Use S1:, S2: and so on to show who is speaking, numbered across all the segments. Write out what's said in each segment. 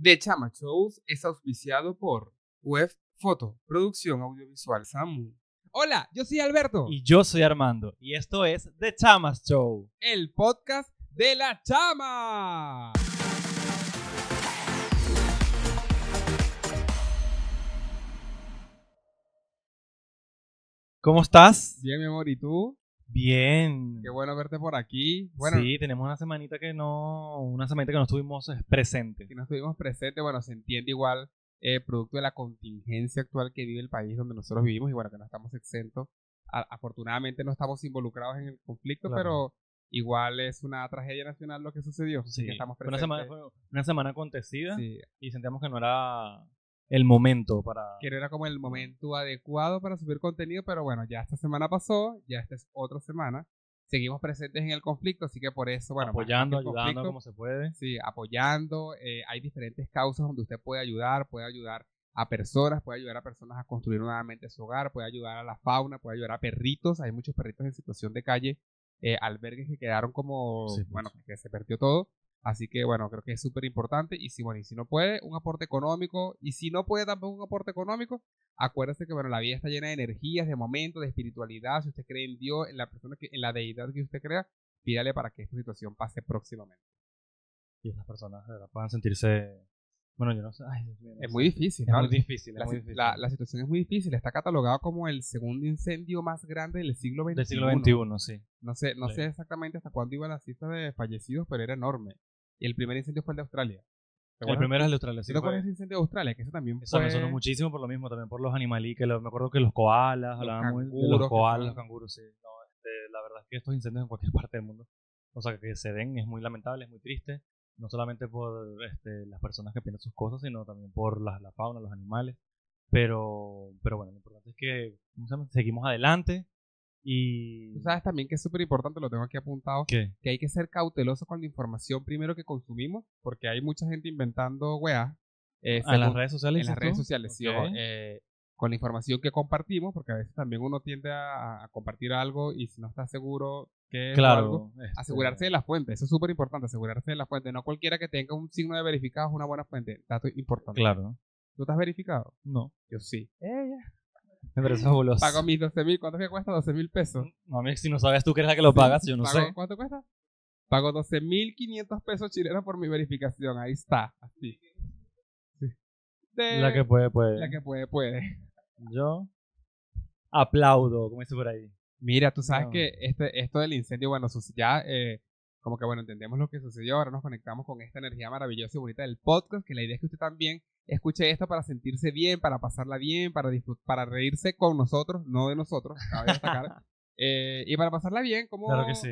S1: The Chama Shows es auspiciado por web Foto, Producción Audiovisual SAMU. Hola, yo soy Alberto,
S2: Y yo soy Armando, y esto es The Chamas Show.
S1: el podcast de la Chama.
S2: ¿Cómo estás?
S1: Bien, mi amor, ¿y tú?
S2: Bien.
S1: Qué bueno verte por aquí. Bueno,
S2: sí, tenemos una semanita que no, una semanita que no estuvimos eh, presentes.
S1: que no estuvimos presentes, bueno, se entiende igual, eh, producto de la contingencia actual que vive el país donde nosotros vivimos y bueno, que no estamos exentos. A- afortunadamente no estamos involucrados en el conflicto,
S2: Claro.
S1: pero igual es una tragedia nacional lo que sucedió. así que
S2: Sí,
S1: estamos
S2: fue una semana,
S1: presentes.
S2: fue una semana acontecida
S1: Sí,
S2: y sentíamos que no era el momento para.
S1: que no era como el momento adecuado para subir contenido, pero bueno, ya esta semana pasó, ya esta es otra semana. Seguimos presentes en el conflicto, así que por eso, bueno, más que
S2: apoyando,
S1: el
S2: ayudando
S1: conflicto,
S2: como se puede.
S1: Sí, apoyando. eh, hay diferentes causas donde usted puede ayudar, puede ayudar a personas, puede ayudar a personas a construir nuevamente su hogar, puede ayudar a la fauna, puede ayudar a perritos. Hay muchos perritos en situación de calle, eh, albergues que quedaron como,
S2: Sí,
S1: bueno, que se perdió todo. Así que bueno, creo que es súper importante. Y si bueno, y si no puede, un aporte económico. Y si no puede tampoco un aporte económico, acuérdese que bueno, la vida está llena de energías, de momentos, de espiritualidad. Si usted cree en Dios, en la persona que, en la deidad que usted crea, pídale para que esta situación pase próximamente.
S2: Y las personas de verdad, puedan sentirse. Bueno, yo no sé. ay, Dios mío, no
S1: Es
S2: sé.
S1: muy difícil,
S2: Es
S1: ¿no?
S2: muy difícil. es
S1: la,
S2: muy
S1: si-
S2: difícil.
S1: la- la situación es muy difícil. Está catalogado como el segundo incendio más grande del siglo XXI.
S2: Del siglo XXI, sí.
S1: No sé, no
S2: Sí.
S1: sé exactamente hasta cuándo iba la cifra de fallecidos, pero era enorme. Y el primer incendio fue el de Australia. ¿Te
S2: El
S1: acuerdas?
S2: primero es el de Australia.
S1: ¿Sí
S2: sí
S1: te
S2: fue-
S1: acuerdas del incendio de Australia? Que eso también
S2: Eso
S1: fue...
S2: me sonó muchísimo por lo mismo, también por los animalí, que lo- me acuerdo que los koalas,
S1: Los
S2: hablábamos muy de
S1: canguros, que
S2: los koalas,
S1: son-
S2: los canguros, sí. No, este, la verdad es que estos incendios en cualquier parte del mundo, o sea, que se den es muy lamentable, es muy triste, no solamente por este, las personas que pierden sus cosas, sino también por la, la fauna, los animales. Pero, pero bueno, lo importante es que ¿cómo se llama? seguimos adelante y...
S1: Tú sabes también que es súper importante, lo tengo aquí apuntado,
S2: ¿Qué?
S1: que hay que ser cauteloso con la información primero que consumimos, porque hay mucha gente inventando weá. eh,
S2: ¿A Ah, las
S1: según-
S2: redes sociales?
S1: en las
S2: dices
S1: redes
S2: tú?
S1: sociales, sí,
S2: Ok.
S1: ojo, eh, con la información que compartimos, porque a veces también uno tiende a, a compartir algo y si no está seguro que es o algo,
S2: Claro. este,
S1: asegurarse de la fuente, eso es súper importante, asegurarse de la fuente, no cualquiera que tenga un signo de verificado es una buena fuente, dato importante.
S2: Claro. Eh,
S1: ¿Tú estás verificado?
S2: No.
S1: Yo sí.
S2: Me parece fabuloso.
S1: Pago mis 12 mil, ¿cuánto me cuesta? 12 mil pesos.
S2: Mami, si no sabes tú que eres la que lo pagas, yo no
S1: Pago-
S2: sé.
S1: ¿Cuánto cuesta? Pago 12 mil 500 pesos chilenos por mi verificación, ahí está, así. Sí. De-
S2: La que puede, puede.
S1: la que puede, puede.
S2: Yo aplaudo, como dice por ahí.
S1: Mira, tú sabes
S2: No.
S1: que este, esto del incendio, bueno, sus- ya eh, como que, bueno, entendemos lo que sucedió, ahora nos conectamos con esta energía maravillosa y bonita del podcast, que la idea es que usted también escuche esto para sentirse bien, para pasarla bien, para, disfrut- para reírse con nosotros, no de nosotros, cabe destacar, eh, y para pasarla bien, como
S2: Claro que sí.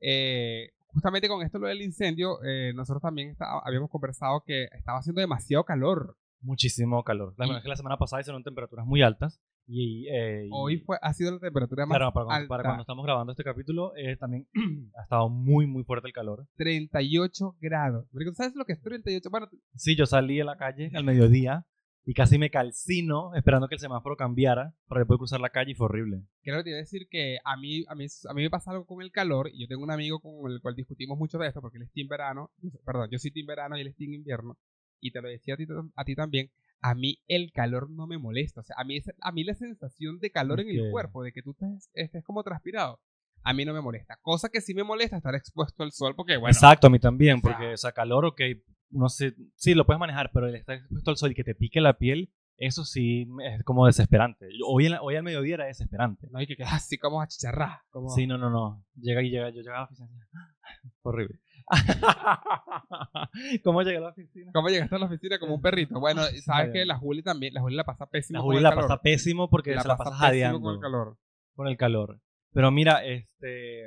S1: eh, justamente con esto lo del incendio, eh, nosotros también está- habíamos conversado que estaba haciendo demasiado calor.
S2: Muchísimo calor. La
S1: Y-
S2: verdad es que la semana pasada hicieron temperaturas muy altas. Y, eh, y-
S1: Hoy fue, ha sido la temperatura más
S2: Claro, para cuando, para
S1: alta,
S2: cuando estamos grabando este capítulo, eh, también ha estado muy, muy fuerte el calor.
S1: 38 grados. Marico, ¿tú ¿Sabes lo que es 38? Bueno,
S2: Sí, yo salí a la calle al mediodía y casi me calcino esperando que el semáforo cambiara para poder cruzar la calle y fue horrible.
S1: Quiero te iba a decir que a mí, a, mí, a mí me pasa algo con el calor y yo tengo un amigo con el cual discutimos mucho de esto porque él es team verano, perdón, yo soy team verano y él es team invierno y te lo decía a ti, tam- a ti también, a mí el calor no me molesta, o sea, a mí, esa- a mí la sensación de calor en el
S2: Ok.
S1: cuerpo, de que tú estés, estés como transpirado, a mí no me molesta, cosa que sí me molesta es estar expuesto al sol porque bueno,
S2: Exacto, a mí también,
S1: o sea-
S2: porque o sea, calor, ok, no sé, sí lo puedes manejar, pero el estar expuesto al sol y que te pique la piel, eso sí es como desesperante. Yo- Hoy, en la- hoy al mediodía era desesperante.
S1: no hay que quedar así como achicharrá, como...
S2: Sí, no, no, no. Llega y llega. Yo llegaba a la oficina. Horrible. ¿Cómo llegué a la oficina?
S1: ¿Cómo llegaste a la oficina como un perrito? Bueno,
S2: Ay,
S1: sabes
S2: ay,
S1: que
S2: ay.
S1: la Juli también, la Juli la pasa pésimo
S2: La
S1: con
S2: Juli
S1: el
S2: la
S1: calor.
S2: pasa pésimo porque se la pasa jadeando
S1: pésimo con el calor.
S2: por el calor. Pero mira, este,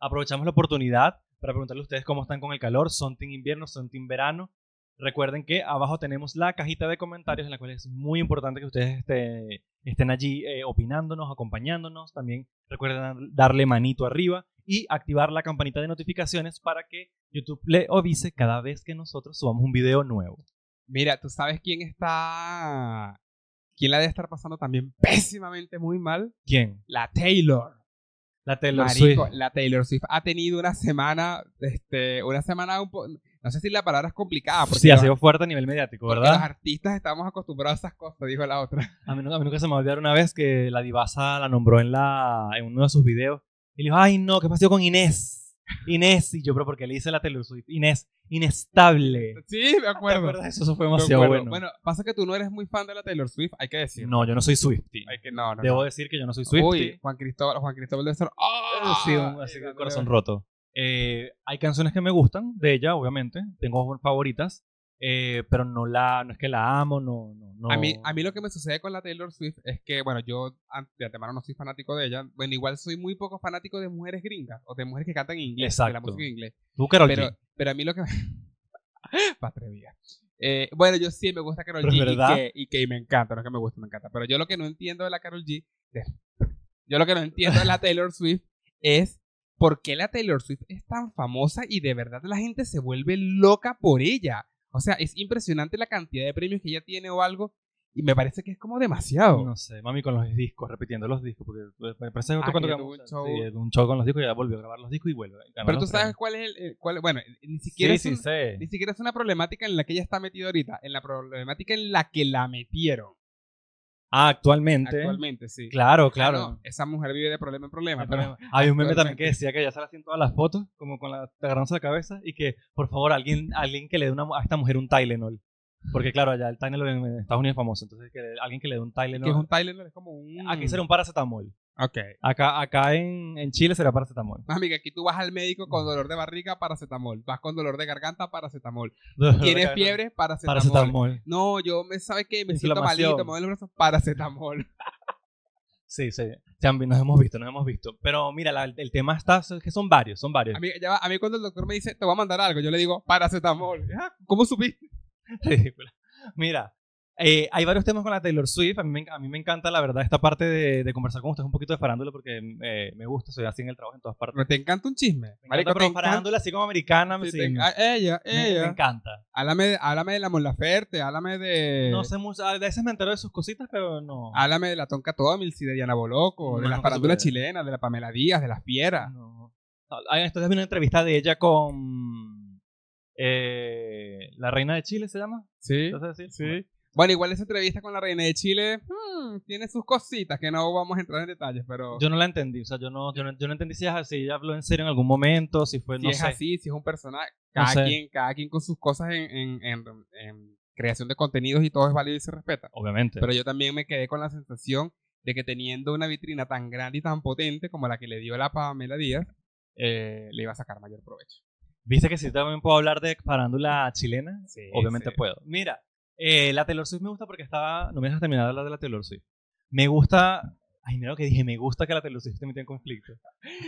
S2: aprovechamos la oportunidad para preguntarle a ustedes cómo están con el calor. ¿Son team invierno? ¿Son team verano? Recuerden que abajo tenemos la cajita de comentarios en la cual es muy importante que ustedes este, estén allí eh, opinándonos, acompañándonos. También recuerden dar- darle manito arriba y activar la campanita de notificaciones para que YouTube le avise cada vez que nosotros subamos un video nuevo.
S1: Mira, tú sabes quién está. ¿Quién la debe estar pasando también pésimamente muy mal?
S2: ¿Quién?
S1: La Taylor.
S2: La Taylor
S1: Marico,
S2: Swift.
S1: La Taylor Swift ha tenido una semana, este, una semana un po- No sé si la palabra es complicada. ah, Porque
S2: Sí, ha
S1: los-
S2: sido fuerte a nivel mediático,
S1: porque
S2: ¿verdad?
S1: Los artistas estamos acostumbrados a esas cosas, dijo la otra.
S2: A mí, nu- a mí nunca se me va a olvidar una vez que la divasa la nombró en, la, en uno de sus videos. Y le dijo, ay no, ¿qué pasó con Inés? Inés. Y yo, pero ¿por qué le hice la Taylor Swift? Inés, inestable.
S1: Sí, me
S2: ¿Te
S1: acuerdo.
S2: acuerdas? de Eso Eso fue
S1: Me
S2: demasiado
S1: acuerdo.
S2: bueno.
S1: pasa que tú no eres muy fan de la Taylor Swift, hay que decir.
S2: No, yo no soy Swifty.
S1: Hay que, no, no.
S2: Debo
S1: no.
S2: decir que yo no soy Swifty.
S1: Uy, Juan Cristóbal, Juan Cristóbal debe ser. ¡Ah!
S2: Sí, un- así
S1: Y
S2: que
S1: dándole-
S2: corazón roto. Eh, hay canciones que me gustan de ella, obviamente. Tengo favoritas. eh, pero no la no es que la amo, no, no, no.
S1: A mí, a mí lo que me sucede con la Taylor Swift es que, bueno, yo an- de antemano no soy fanático de ella. Bueno, igual soy muy poco fanático de mujeres gringas o de mujeres que cantan en inglés, de la
S2: Exacto.
S1: música en inglés.
S2: Tú, Karol
S1: Pero,
S2: G.
S1: pero a mí lo que me... Pa' atrevida. Eh, bueno, yo sí me gusta Carol
S2: Pero es
S1: G y
S2: verdad.
S1: que, y que me encanta, no es que me gusta, me encanta. Pero yo lo que no entiendo de la Carol G, de- yo lo que no entiendo de la Taylor Swift es por qué la Taylor Swift es tan famosa y de verdad la gente se vuelve loca por ella. O sea, es impresionante la cantidad de premios que ella tiene o algo y me parece que es como demasiado.
S2: No sé, mami con los discos, repitiendo los discos, porque me parece
S1: Ah,
S2: que otro cuento
S1: que
S2: que
S1: tuvo un
S2: sí,
S1: show.
S2: tuvo un show con los discos, ya volvió a grabar los discos y vuelve. ganó
S1: pero tú
S2: los
S1: sabes
S2: premios.
S1: cuál es el... el- cuál- bueno, ni siquiera es
S2: Sí,
S1: un-
S2: sí, sé.
S1: Ni siquiera es una problemática en la que ella está metida ahorita, en la problemática en la que la metieron
S2: Ah, actualmente.
S1: actualmente, sí.
S2: Claro,
S1: Ah,
S2: claro.
S1: no, esa mujer vive de problema en
S2: No
S1: problema.
S2: hay
S1: pero-
S2: problema. Hay un meme también
S1: actualmente.
S2: que decía que ya sale así en todas las fotos, como con la agarrándose la cabeza, y que por favor alguien, alguien que le dé una, a esta mujer un Tylenol. Porque claro, allá el Tylenol en en Estados Unidos es famoso, entonces que le- alguien que le dé un
S1: que es un Mm.
S2: Tylenol.
S1: Tylenol, es como un...
S2: Aquí será Ah, un paracetamol.
S1: Ok.
S2: Acá, acá en, en Chile será paracetamol.
S1: Mami, que aquí tú vas al médico
S2: Mm.
S1: con dolor de barriga, paracetamol. Vas con dolor de garganta, paracetamol.
S2: Dolor de
S1: Tienes
S2: cabeza,
S1: fiebre, paracetamol.
S2: Paracetamol.
S1: No, yo me sabe que me siento
S2: Inflamación.
S1: malito, me duele el brazo, paracetamol.
S2: Sí, sí. Se han vi- Nos hemos visto, nos hemos visto. Pero mira, la- el tema está, es que son varios, son varios.
S1: A mí, ya va, a mí cuando el doctor me dice, te voy a mandar algo, yo le digo, paracetamol. Ah, ¿Cómo supiste?
S2: Ridícula. Mira, eh, hay varios temas con la Taylor Swift. A mí me, enc- a mí me encanta, la verdad, esta parte de, de conversar con ustedes un poquito de farándula porque eh, me gusta, soy así en el trabajo en todas partes.
S1: ¿No te encanta un chisme?
S2: Me
S1: Marico, te
S2: encanta, pero
S1: encanta.
S2: farándula así como americana,
S1: Sí,
S2: sí,
S1: te
S2: me,
S1: enc- ah, ella,
S2: me- me
S1: ella.
S2: encanta.
S1: Háblame, de- háblame de la Monlaferte, háblame de...
S2: No sé mucho, a veces me entero de sus cositas, pero no.
S1: Háblame de la Tonka Tomilsi, de Diana Boloco, de
S2: Más
S1: las
S2: nunca
S1: parándulas
S2: supe.
S1: chilenas, de la Pamela Díaz, de las fieras.
S2: no. Ah, Entonces vi una entrevista de ella con eh, la reina de Chile, ¿se llama?
S1: Sí.
S2: ¿Lo sabes decir?
S1: Sí. Bueno, igual esa entrevista con la reina de Chile hmm, tiene sus cositas que no vamos a entrar en detalles, pero
S2: Yo no la entendí, o sea, yo no, yo no, yo no entendí si, ella- si ella habló en serio en algún momento, si fue,
S1: si
S2: no
S1: es
S2: sé.
S1: así, si es un personaje, cada,
S2: sé.
S1: quien, cada quien con sus cosas en, en- en- en creación de contenidos y todo es válido y se respeta.
S2: Obviamente.
S1: Pero yo también me quedé con la sensación de que teniendo una vitrina tan grande y tan potente como la que le dio la Pamela Díaz, eh, le iba a sacar mayor provecho.
S2: Viste que sí también puedo hablar de farándula chilena. Obviamente
S1: sí.
S2: puedo. Mira, eh, la Taylor Swift me gusta porque estaba. No me dejas terminar de hablar de la Taylor Swift. Me gusta. Ay, mira lo que dije. Me gusta que la Taylor Swift te metió en conflicto.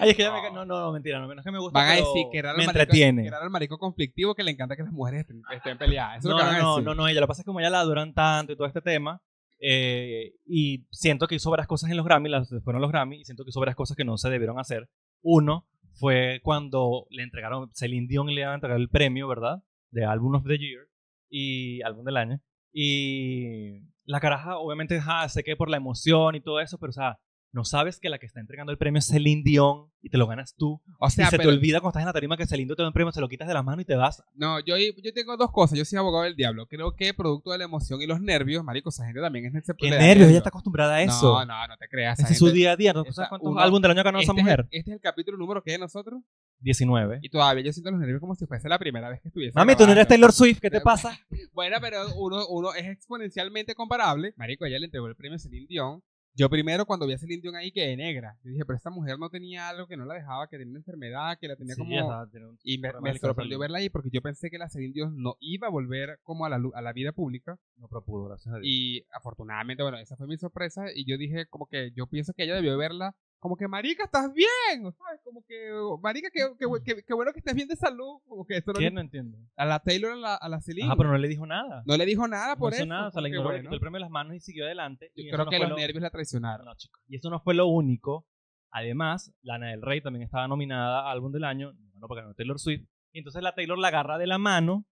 S2: Ay, es que ya me. ca- No, no, no, mentira. No, no es que me gusta.
S1: Ah. Van a
S2: pero
S1: decir que era el,
S2: Me
S1: marico,
S2: entretiene.
S1: que era el marico conflictivo que le encanta que las mujeres estén, estén peleadas. Eso es lo
S2: no,
S1: que van a
S2: no,
S1: decir.
S2: no, no, ella. Lo que pasa es que como ella la adoran tanto y todo este tema, eh, y siento que hizo varias cosas en los Grammy, las fueron los Grammy, y siento que hizo varias cosas que no se debieron hacer. Uno fue cuando le entregaron, Celine Dion le iban a entregar el premio, ¿verdad? De Album of the Year y Álbum del Año. Y la caraja, obviamente, ja, sé que por la emoción y todo eso, pero o sea, no sabes que la que está entregando el premio es Celine Dion y te lo ganas tú.
S1: O sea,
S2: y se
S1: pero- Pues
S2: te olvida cuando estás en la tarima que Celine Dion te da un premio, se lo quitas de las manos y te vas
S1: no, yo, yo tengo dos cosas. Yo soy abogado del diablo. Creo que producto de la emoción y los nervios, marico, esa gente también es nece-
S2: Qué
S1: le da
S2: nervios, ella está acostumbrada a eso.
S1: No, no, no te creas. esa
S2: Ese es su
S1: gente-
S2: día a día. ¿No ¿Tú
S1: esa-
S2: sabes cuántos
S1: uno-
S2: álbumes del año ha ganado esa
S1: este es el-
S2: mujer?
S1: este es el capítulo número que es de nosotros.
S2: 19.
S1: Y todavía yo siento los nervios como si fuese la primera vez que estuviese.
S2: Mami, tú no eres
S1: grabando.
S2: Taylor Swift, ¿qué te pasa?
S1: Bueno, pero uno, uno es exponencialmente comparable. Marico, ella le entregó el premio a Celine Dion. Yo primero, cuando vi a Celine Dion ahí, quedé negra. Yo dije, pero esta mujer no tenía algo que no la dejaba, que tenía una enfermedad, que la tenía
S2: Sí,
S1: como...
S2: ya está, tiene un-
S1: Y me,
S2: Pero
S1: me
S2: Marisol
S1: sorprendió
S2: salió.
S1: verla ahí porque yo pensé que la Celine Dion no iba a volver como a la, lu- a la vida pública.
S2: No propudo, gracias a Dios.
S1: Y afortunadamente, bueno, esa fue mi sorpresa. Y yo dije, como que yo pienso que ella debió verla como que, Marica, estás bien. o ¿Sabes? Como que, Marica, qué qué bu- qué- qué bueno que estés bien de salud. Como que esto no le-
S2: ¿Quién no entiendo?
S1: a la Taylor, a la, a la Celine.
S2: Ajá, pero no le dijo nada.
S1: no le dijo nada
S2: No
S1: Ah, por
S2: hizo
S1: eso.
S2: nada, o sea, la
S1: como que,
S2: ignoró, le
S1: bueno,
S2: quitó el premio de las manos y siguió adelante. y
S1: yo
S2: eso
S1: creo
S2: no
S1: que
S2: fue
S1: los
S2: lo- Ah,
S1: nervios la traicionaron.
S2: No, chicos. Y eso no fue lo único. Además, Lana del Rey también estaba nominada a álbum del año. No, porque ganó Taylor Swift. Y entonces la Taylor la agarra de la mano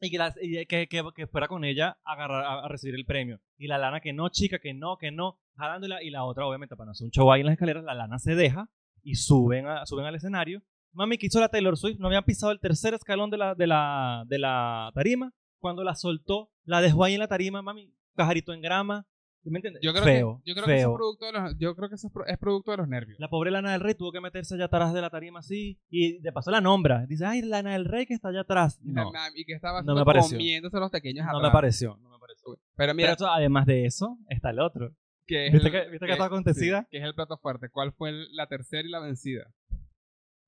S2: y que, las- y que, que- que fuera con ella a, agarrar- a- a recibir el premio. Y la Lana que no, chica, que no, que no, jalándola. Y la otra, obviamente, para no hacer un show ahí en las escaleras, la Lana se deja y suben, a- suben al escenario Mami, que hizo la Taylor Swift, no habían pisado el tercer escalón de la, de la, de la tarima. Cuando la soltó, la dejó ahí en la tarima, mami, cajarito en grama. ¿Me entiendes?
S1: Yo creo
S2: feo,
S1: que, yo creo que eso
S2: feo.
S1: es producto de los, yo creo que eso es pro- es producto de los nervios.
S2: La pobre Lana del Rey tuvo que meterse allá atrás de la tarima así. Y de paso la nombra. Dice, ay, Lana del Rey que está allá atrás.
S1: Y la
S2: No,
S1: mam- y que estaba
S2: No
S1: haciendo
S2: me pareció.
S1: comiéndose los pequeños
S2: no me
S1: atrás.
S2: pareció. no me pareció.
S1: Pero
S2: Pero
S1: mira,
S2: esto, además de eso, está el otro.
S1: que es
S2: ¿Viste
S1: el-
S2: que, viste que está acontecida?
S1: sí, que es el plato fuerte. ¿Cuál fue el- la tercera y la vencida?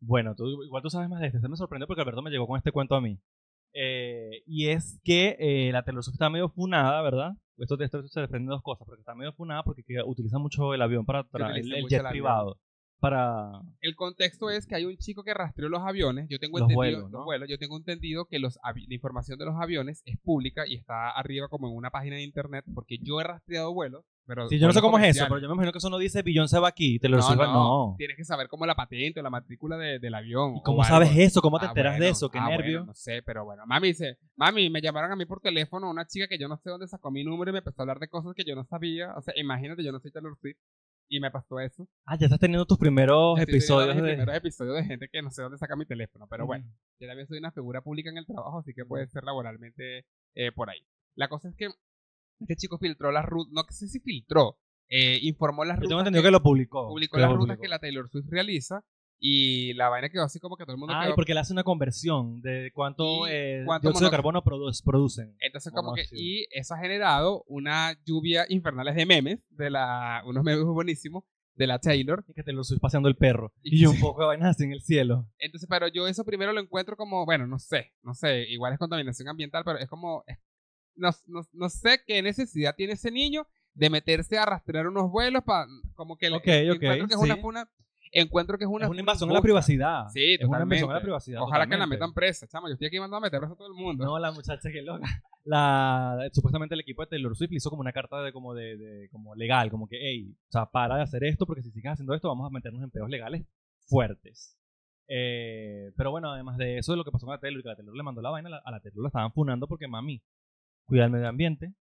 S2: Bueno, tú, igual tú sabes más de este. Este me sorprendió porque Alberto me llegó con este cuento a mí. Eh, y es que eh, la Taylor Swift está medio funada, ¿verdad? Esto, de esto se desprende de dos cosas. Porque está medio funada porque que utiliza mucho el avión para tra- el,
S1: utiliza
S2: el
S1: mucho el
S2: jet
S1: avión.
S2: privado. Para...
S1: El contexto es que hay un chico que rastreó los aviones. Yo tengo
S2: Los
S1: entendido,
S2: vuelos, ¿no?
S1: los vuelos, yo tengo entendido que los avi- la información de los aviones es pública y está arriba como en una página de internet porque yo he rastreado vuelos, pero
S2: Sí, yo no sé
S1: vuelos
S2: cómo es eso,
S1: comerciales.
S2: pero yo me imagino que eso no dice Billón se va aquí, Taylor
S1: no,
S2: Swift va-
S1: no,
S2: no.
S1: Tienes que saber cómo la patente o la matrícula de- del avión.
S2: ¿Y
S1: o
S2: cómo
S1: algo.
S2: sabes eso? ¿Cómo te
S1: Ah,
S2: enteras de
S1: bueno,
S2: eso? Qué
S1: ah, bueno,
S2: nervio.
S1: no sé, pero bueno. Mami dice, mami, me llamaron a mí por teléfono una chica que yo no sé dónde sacó mi número y me empezó a hablar de cosas que yo no sabía. O sea, imagínate, yo no soy Taylor Swift y me pasó eso.
S2: Ah, ya estás teniendo tus primeros
S1: Yo estoy teniendo
S2: episodios
S1: mis
S2: de...
S1: primeros episodios de gente que no sé dónde saca mi teléfono, pero bueno. Yo también soy una figura pública en el trabajo, así que puede ser laboralmente eh, por ahí. La cosa es que este chico filtró las rutas, no sé si filtró, eh, informó las
S2: Yo tengo
S1: rutas,
S2: entendido que lo publicó.
S1: publicó
S2: que
S1: las
S2: lo
S1: rutas
S2: publicó.
S1: que la Taylor Swift realiza y la vaina quedó así como que todo el mundo
S2: Ah, y
S1: quedó...
S2: porque le hace una conversión de cuánto,
S1: ¿Y
S2: eh,
S1: cuánto
S2: dióxido
S1: monóxido?
S2: de carbono produ- producen.
S1: Entonces como que,
S2: Monóxido.
S1: y eso ha generado una lluvia infernales de memes, de la, unos memes buenísimos de la Taylor.
S2: Y que te lo subís paseando el perro.
S1: Y-
S2: Y un poco de vainas así en el cielo.
S1: Entonces, pero yo eso primero lo encuentro como, bueno, no sé, no sé, igual es contaminación ambiental, pero es como, es- no, no, no sé qué necesidad tiene ese niño de meterse a rastrear unos vuelos para, como que el-
S2: Ok, ok,
S1: encuentro que es una
S2: sí.
S1: funa, encuentro que es una,
S2: es una
S1: funa
S2: invasión a la
S1: injusta.
S2: privacidad.
S1: Sí,
S2: es una invasión a la
S1: totalmente.
S2: privacidad.
S1: Ojalá que la
S2: totalmente.
S1: metan presa, chamo, yo estoy aquí mandando a meter presa a todo el mundo.
S2: No, la muchacha que loca. La, supuestamente el equipo de Taylor Swift le hizo como una carta de como de, de- como legal, como que, hey, o sea, para de hacer esto porque si sigues haciendo esto vamos a meternos en pedos legales fuertes. Eh, pero bueno, además de eso, de lo que pasó con la Taylor, que la Taylor le mandó la vaina, la- a la Taylor la estaban funando porque, mami, cuida el medio ambiente.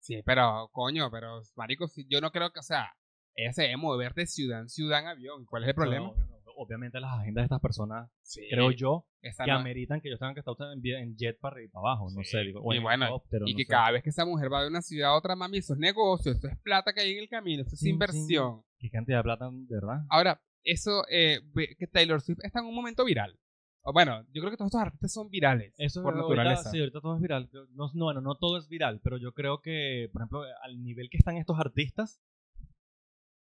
S1: Sí, pero, coño, pero, marico, si- yo no creo que, o sea, ella se debe mover de ciudad en ciudad en avión, ¿cuál es el problema? Eh,
S2: No, no, no, obviamente las agendas de estas personas,
S1: Sí,
S2: creo yo,
S1: esa
S2: que
S1: no-
S2: ameritan que ellos tengan que estar usando en, en jet para arriba y para abajo, no
S1: Sí.
S2: sé, digo,
S1: Y
S2: o en
S1: bueno,
S2: helicóptero,
S1: Y
S2: no
S1: que
S2: sé.
S1: cada vez que esa mujer va de una ciudad a otra, mami, eso es negocio, eso es plata que hay en el camino, eso es
S2: Sí, sí.
S1: inversión.
S2: Qué cantidad de plata, de verdad.
S1: Ahora, eso, eh, ve- que Taylor Swift está en un momento viral. O bueno, yo creo que todos estos artistas son virales
S2: Eso
S1: por
S2: ahorita-
S1: naturaleza.
S2: Sí, ahorita todo es viral. No, no, bueno, no todo es viral, pero yo creo que, por ejemplo, al nivel que están estos artistas,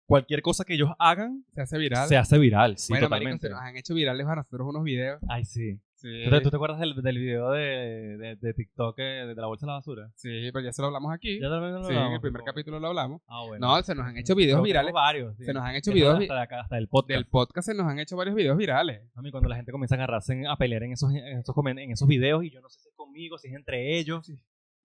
S2: cualquier cosa que ellos hagan
S1: Se hace viral.
S2: se hace viral, sí,
S1: bueno, ah, marico,
S2: totalmente.
S1: se nos han hecho virales a nosotros unos videos.
S2: Ay, sí.
S1: Sí,
S2: ¿Tú te, tú te acuerdas del, del video de, de- de TikTok eh, de, la bolsa de la basura?
S1: sí, pero ya se lo hablamos aquí.
S2: Ya también lo
S1: sí, en el
S2: hablamos,
S1: primer
S2: por favor.
S1: capítulo lo hablamos.
S2: Ah, bueno.
S1: No, se nos han hecho videos
S2: Pero
S1: virales.
S2: tenemos varios. sí.
S1: Se nos han hecho
S2: Eso
S1: videos vi-
S2: hasta, de acá, hasta del podcast.
S1: del podcast, se nos han hecho varios videos virales.
S2: Mami, cuando la gente comienza a agarrarse en- a pelear en esos, en, esos, comen- en esos videos y yo no sé si es conmigo, si es entre ellos.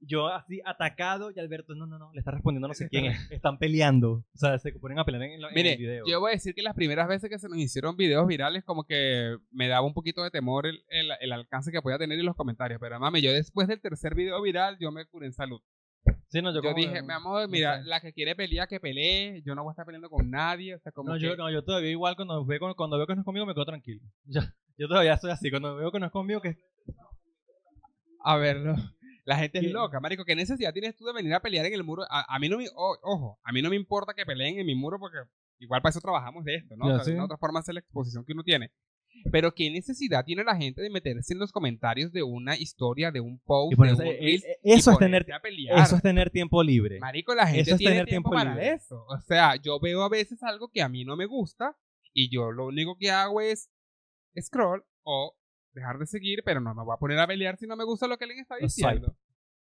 S2: Yo así atacado y Alberto, no, no, no, le está respondiendo no sé quién es. Están peleando. O sea, se ponen a pelear en, lo- en el
S1: Mire,
S2: video.
S1: yo voy a decir que las primeras veces que se nos hicieron videos virales, como que me daba un poquito de temor el, el- el alcance que podía tener y los comentarios. Pero mami, yo después del tercer video viral, yo me curé en salud.
S2: Sí, no, yo,
S1: Yo,
S2: como-
S1: dije, mi amor, mira,
S2: sé.
S1: la que quiere pelear, que pelee. Yo no voy a estar peleando con nadie. O sea, como
S2: No, yo,
S1: que-
S2: no, yo todavía igual cuando veo, cuando, veo que no es conmigo me quedo tranquilo. Yo, yo todavía soy así. Cuando veo que no es conmigo, que
S1: A ver, no. La gente es
S2: ¿Qué?
S1: loca, marico. ¿Qué necesidad tienes tú de venir a pelear en el muro? A, a mí no me... o- ojo, a mí no me importa que peleen en mi muro porque igual para eso trabajamos de esto, ¿no?
S2: Ya,
S1: O sea,
S2: sí.
S1: de una u otra forma hacer la exposición que uno tiene. Pero ¿qué necesidad tiene la gente de meterse en los comentarios de una historia, de un post,
S2: Y por
S1: de
S2: eso,
S1: un
S2: eh,
S1: reel
S2: eh,
S1: y
S2: eso es
S1: ponerse
S2: tener,
S1: a pelear?
S2: eso es tener tiempo libre.
S1: Marico, la gente
S2: eso es
S1: tiene
S2: tener
S1: tiempo,
S2: tiempo
S1: para
S2: libre.
S1: eso. O sea, yo veo a veces algo que a mí no me gusta y yo lo único que hago es scroll o dejar de seguir, pero no me voy a poner a pelear si no me gusta lo que alguien está
S2: O swipe.
S1: diciendo.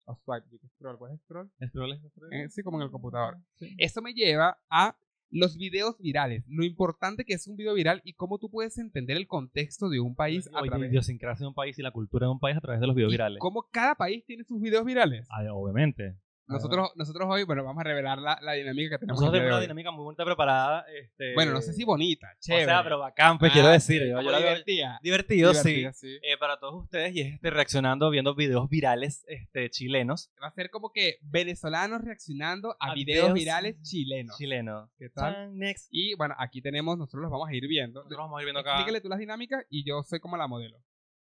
S1: O swipe, digo scroll, ¿cuál es scroll?
S2: Scroll, scroll.
S1: Eh, sí, como en el computador.
S2: Sí.
S1: Eso me lleva a los videos virales, lo importante que es un video viral y cómo tú puedes entender el contexto de un país a
S2: Oye,
S1: través
S2: idiosincrasia de un país y la cultura de un país a través de los videos
S1: y
S2: virales.
S1: cómo cada país tiene sus videos virales.
S2: Ah, obviamente.
S1: Nosotros, nosotros hoy, bueno, vamos a revelar la, la dinámica que tenemos.
S2: Nosotros
S1: el día
S2: tenemos una
S1: de hoy.
S2: dinámica muy bonita preparada. Este,
S1: Bueno, no sé si bonita, chévere.
S2: O sea, pero bacán, pues
S1: Ah,
S2: quiero decir.
S1: sí,
S2: Yo,
S1: como
S2: yo la veo
S1: divertida.
S2: divertido, sí.
S1: Divertida,
S2: Eh, para todos ustedes, y es este, reaccionando, viendo videos virales este, chilenos.
S1: Va a ser como que venezolanos reaccionando a,
S2: A
S1: videos
S2: videos
S1: virales chilenos.
S2: Chilenos.
S1: ¿Qué tal?
S2: Tan, Next.
S1: Y bueno, aquí tenemos, nosotros los vamos a ir viendo.
S2: Nosotros vamos a ir viendo acá.
S1: Explícale tú las dinámicas y yo soy como la modelo.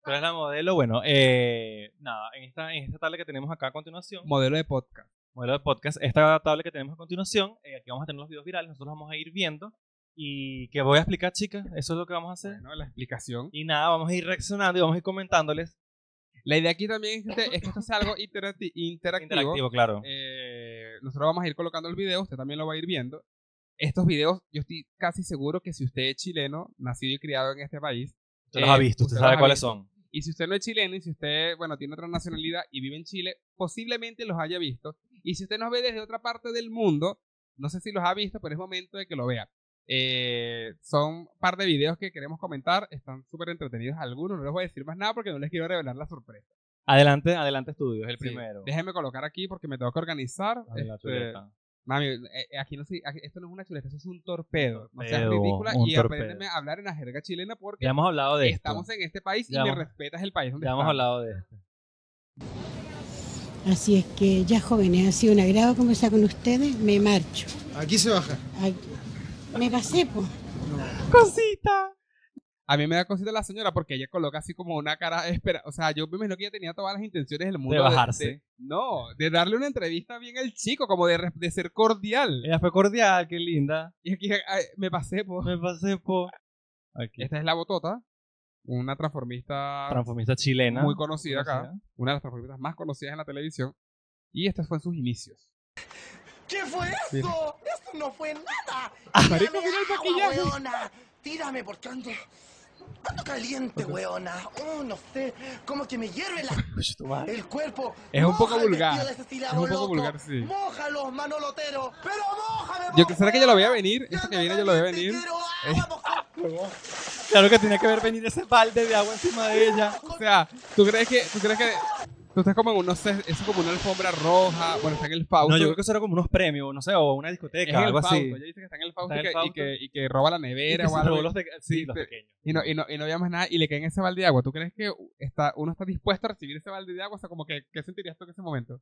S2: Tú eres la modelo. Bueno, eh, nada, en esta, en esta tabla que tenemos acá a continuación,
S1: Modelo de podcast.
S2: modelo de podcast, esta tabla que tenemos a continuación, eh, aquí vamos a tener los videos virales, nosotros vamos a ir viendo. ¿Y que voy a explicar, chicas? Eso es lo que vamos a hacer.
S1: Bueno, la explicación.
S2: Y nada, vamos a ir reaccionando y vamos a ir comentándoles.
S1: La idea aquí también es que, usted- es que esto sea algo interacti- interactivo.
S2: Interactivo, claro.
S1: Eh, nosotros vamos a ir colocando el video, usted también lo va a ir viendo. Estos videos, yo estoy casi seguro que si usted es chileno, nacido y criado en este país,
S2: Usted los ha
S1: eh,
S2: visto, usted
S1: usted
S2: sabe
S1: los ha
S2: cuáles
S1: visto.
S2: son.
S1: Y si usted no es chileno y si usted, bueno, tiene otra nacionalidad y vive en Chile, posiblemente los haya visto. Y si usted nos ve desde otra parte del mundo, no sé si los ha visto, pero es momento de que lo vea. Eh, son un par de videos que queremos comentar, están súper entretenidos algunos, no les voy a decir más nada porque no les quiero revelar la sorpresa.
S2: Adelante, adelante, estudios, el
S1: Sí,
S2: primero.
S1: Déjenme colocar aquí porque me tengo que organizar.
S2: Dale la
S1: Este,
S2: chuleta.
S1: mami, eh, aquí no sé, aquí- esto no es una chuleta, esto es un torpedo. No seas
S2: Torpedo,
S1: ridícula
S2: un
S1: y
S2: torpedo.
S1: apréndeme a hablar en la jerga chilena porque
S2: Ya hemos hablado de esto.
S1: estamos en este país
S2: Ya
S1: y me
S2: hemos-
S1: respetas el país donde
S2: Ya hemos
S1: estamos.
S2: hablado de esto.
S3: Así es que ya jóvenes, ha sido un agrado conversar con ustedes, me marcho.
S4: Aquí se baja.
S3: Ay, me pasé, pues.
S2: ¡Cosita!
S1: A mí me da cosita la señora porque ella coloca así como una cara de espera. O sea, yo me imagino que ella tenía todas las intenciones del mundo.
S2: bajarse.
S1: no, de darle una entrevista bien al chico, como de, re- de ser cordial.
S2: Ella fue cordial, qué linda.
S1: Y aquí ay, me pasé, po.
S2: Me pasé por. Aquí.
S1: Esta es la Botota, una transformista,
S2: Transformista chilena.
S1: Muy conocida acá.
S2: Conocida.
S1: una de las transformistas más conocidas en la televisión. Y este fue en sus inicios.
S5: ¿Qué fue eso?
S1: Mira.
S5: Eso no fue nada.
S1: marico,
S5: Tírame
S1: mira el
S5: agua,
S1: maquillaje.
S5: weona. Tírame porque ando, ando caliente, weona. Oh, no sé, como que me hierve la-
S2: Pues,
S5: el cuerpo.
S1: Es un poco
S5: Moja el
S1: vulgar.
S5: vestido de ese
S1: Es
S5: silabo
S1: un poco
S5: loco.
S1: vulgar, sí.
S5: Mójalo, manolotero. Pero mójame,
S1: Yo
S5: po,
S1: será que yo lo veía
S5: weona.
S1: venir, esto
S5: Ando
S1: que viene yo lo veía
S5: caliente,
S1: venir.
S5: quiero agua, mojá-
S2: Claro que tenía que ver venir ese balde de agua encima de ella.
S1: O sea, ¿tú crees que, tú crees que, tú estás como en un, no sé, eso es como una alfombra roja, bueno, está en el Fausto.
S2: No, yo creo que eso era como unos premios, no sé, o una
S1: Es
S2: discoteca,
S1: en el
S2: algo
S1: Fausto,
S2: así.
S1: ella dice que está en el Fausto,
S2: Está en el
S1: que- y que- Y, que, roba la nevera
S2: Y que
S1: o
S2: se
S1: algo.
S2: robó los de- sí,
S1: Sí,
S2: los
S1: te-
S2: pequeños.
S1: Y no, y, no, y no veía más nada y le caen ese balde de agua. ¿Tú crees que está, uno está dispuesto a recibir ese balde de agua? O sea, como que, ¿qué sentirías tú en ese momento?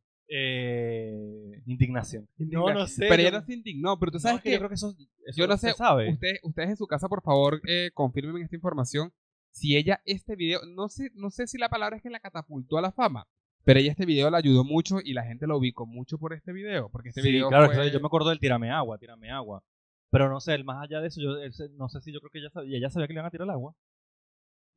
S2: Eh, indignación.
S1: Indignación.
S2: No, no sé.
S1: Pero
S2: yo-
S1: ella no se indignó, pero tú
S2: no,
S1: sabes
S2: es
S1: que,
S2: yo creo que eso, eso
S1: yo no
S2: se
S1: sé,
S2: sabe.
S1: ustedes, ustedes en su casa, por favor, eh, confirmen esta información. Si ella este video, no sé, no sé si la palabra es que la catapultó a la fama, pero ella este video la ayudó mucho y la gente lo ubicó mucho por este video, porque este
S2: sí,
S1: video
S2: claro,
S1: fue-
S2: que yo me acuerdo del tirame agua, tirame agua. Pero no sé, el más allá de eso, yo ese- no sé si yo creo que ella sabía, ella sabía que le iban a tirar el agua.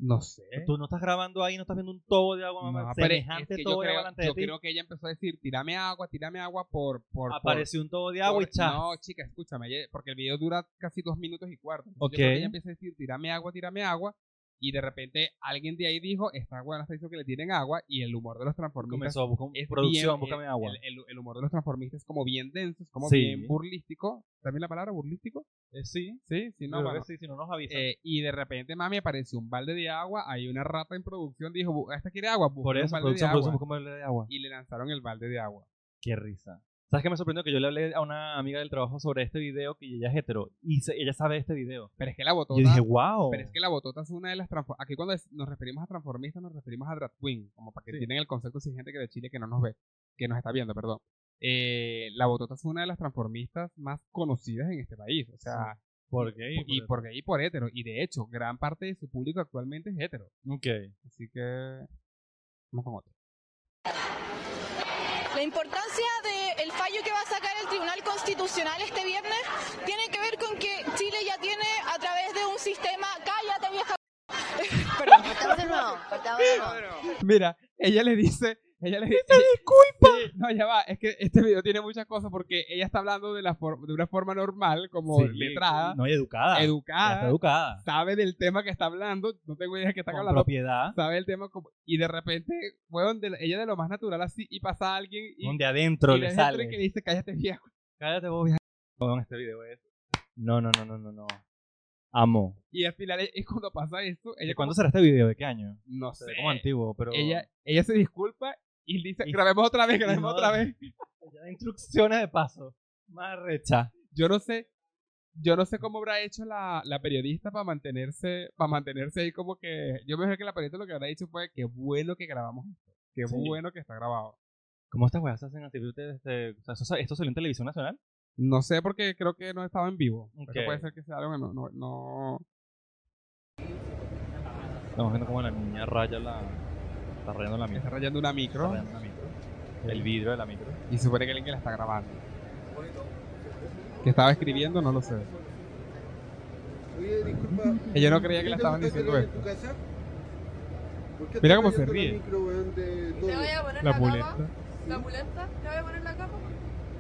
S1: no sé.
S2: Tú no estás grabando ahí, no estás viendo un tobo de agua,
S1: ¿Eh? No,
S2: mamá,
S1: pero es
S2: semejante
S1: que yo
S2: tobo de
S1: creo,
S2: agua delante
S1: yo
S2: de ti.
S1: creo que ella empezó a decir, tírame agua, tírame agua por... por por-
S2: Apareció un tobo de agua y
S1: Por-
S2: chas.
S1: No, chica, escúchame, ye- porque el video dura casi dos minutos y cuarto. Entonces,
S2: Ok.
S1: Yo creo que ella empieza a decir, tirame agua, tirame agua. Y de repente alguien de ahí dijo, esta agua está diciendo que le tienen agua. Y el humor de los transformistas.
S2: comenzó a buscar
S1: es
S2: producción,
S1: bien-
S2: búscame
S1: el-
S2: agua.
S1: El, el- el humor de los transformistas es como bien denso, es como
S2: Sí.
S1: bien burlístico. ¿También la palabra burlístico?
S2: Eh, sí,
S1: Sí, sí, no,
S2: creo
S1: bueno.
S2: que sí, si no nos avisan.
S1: Eh, y de repente, mami, apareció un balde de agua. Hay una rata en producción, dijo, "Bu- esta quiere agua,
S2: Por
S1: busca un
S2: eso,
S1: balde
S2: producción,
S1: de
S2: producción,
S1: agua.
S2: busca un balde de agua.
S1: Y le lanzaron el balde de agua.
S2: Qué risa. ¿Sabes qué me sorprendió? Que yo le hablé a una amiga del trabajo sobre este video, que ella es hetero, y se- ella sabe este video.
S1: Pero es que la botó.
S2: Y yo dije, wow.
S1: Pero es que la botota es una de las transformistas. Aquí cuando es- nos referimos a transformistas, nos referimos a drag queen, como para que
S2: Sí.
S1: tienen el concepto si hay gente que de Chile que no nos ve, que nos está viendo, perdón. Eh, la botota es una de las transformistas más conocidas en este país. O sea,
S2: ¿Por qué?
S1: y, y por gay y por hétero. Y de hecho, gran parte de su público actualmente es hétero.
S2: Ok.
S1: Así que vamos con otro.
S6: La importancia del fallo que va a sacar el Tribunal Constitucional este viernes tiene que ver con que Chile ya tiene a través de un sistema... ¡Cállate, vieja! Perdón.
S7: Cortamos de nuevo, cortamos de nuevo.
S1: Mira, ella le dice, ella le dice, disculpa. no, ya va, es que este video tiene muchas cosas porque ella está hablando de la for- de una forma normal, como
S2: Sí,
S1: letrada,
S2: No, y educada. Ella
S1: educada,
S2: Está educada.
S1: sabe del tema que está hablando, no tengo idea de qué está
S2: Con
S1: hablando,
S2: propiedad.
S1: sabe el tema como- y de repente, weón, de- ella de lo más natural así y pasa a alguien y,
S2: Donde adentro
S1: y
S2: le
S1: ves dentro
S2: sale.
S1: y que dice, cállate viejo.
S2: Cállate vos, vieja. Weón, este video es... No, no, no, no, no, no. Amo.
S1: Y al final es cuando pasa esto, ella
S2: ¿De cuándo será este video? ¿De qué año?
S1: como- no
S2: Se
S1: sé,
S2: ve como antiguo, pero...
S1: ella, ella se disculpa y dice,
S2: Y-
S1: grabemos otra vez,
S2: y
S1: grabemos
S2: no-
S1: otra vez.
S2: Ella ya da instrucciones de paso. Más recha.
S1: Yo no sé, yo no sé cómo habrá hecho la, la periodista para mantenerse, para mantenerse ahí como que. Yo me imagino que la periodista lo que habrá dicho fue qué bueno que grabamos esto. Qué
S2: Sí.
S1: bueno que está grabado.
S2: ¿Cómo estas weas hacen así? Este, o sea, ¿esto, sa- ¿Esto salió en televisión nacional?
S1: No sé porque creo que no estaba en vivo. Pero
S2: Ok.
S1: puede ser que sea algo que no, no, no-
S2: Estamos viendo como la niña raya la. Está rayando la
S1: está
S2: micro.
S1: rayando una
S2: Está
S1: micro
S2: rayando la micro. El vidrio de la micro.
S1: y se supone que alguien que la está grabando. Que estaba escribiendo, no lo sé.
S4: Oye, disculpa.
S1: Ella no creía que le
S4: ¿Ahorita
S1: estaban
S4: estás
S1: diciendo
S4: en
S1: esto.
S4: tu casa? ¿Por qué
S1: Mira
S4: estás
S1: cómo se
S4: trayendo la
S1: ríe.
S4: micro, weón, de todo?
S7: ¿Te voy a poner la,
S1: La
S7: capa?
S1: puleta.
S7: ¿La pulenta? ¿Te voy a poner la capa?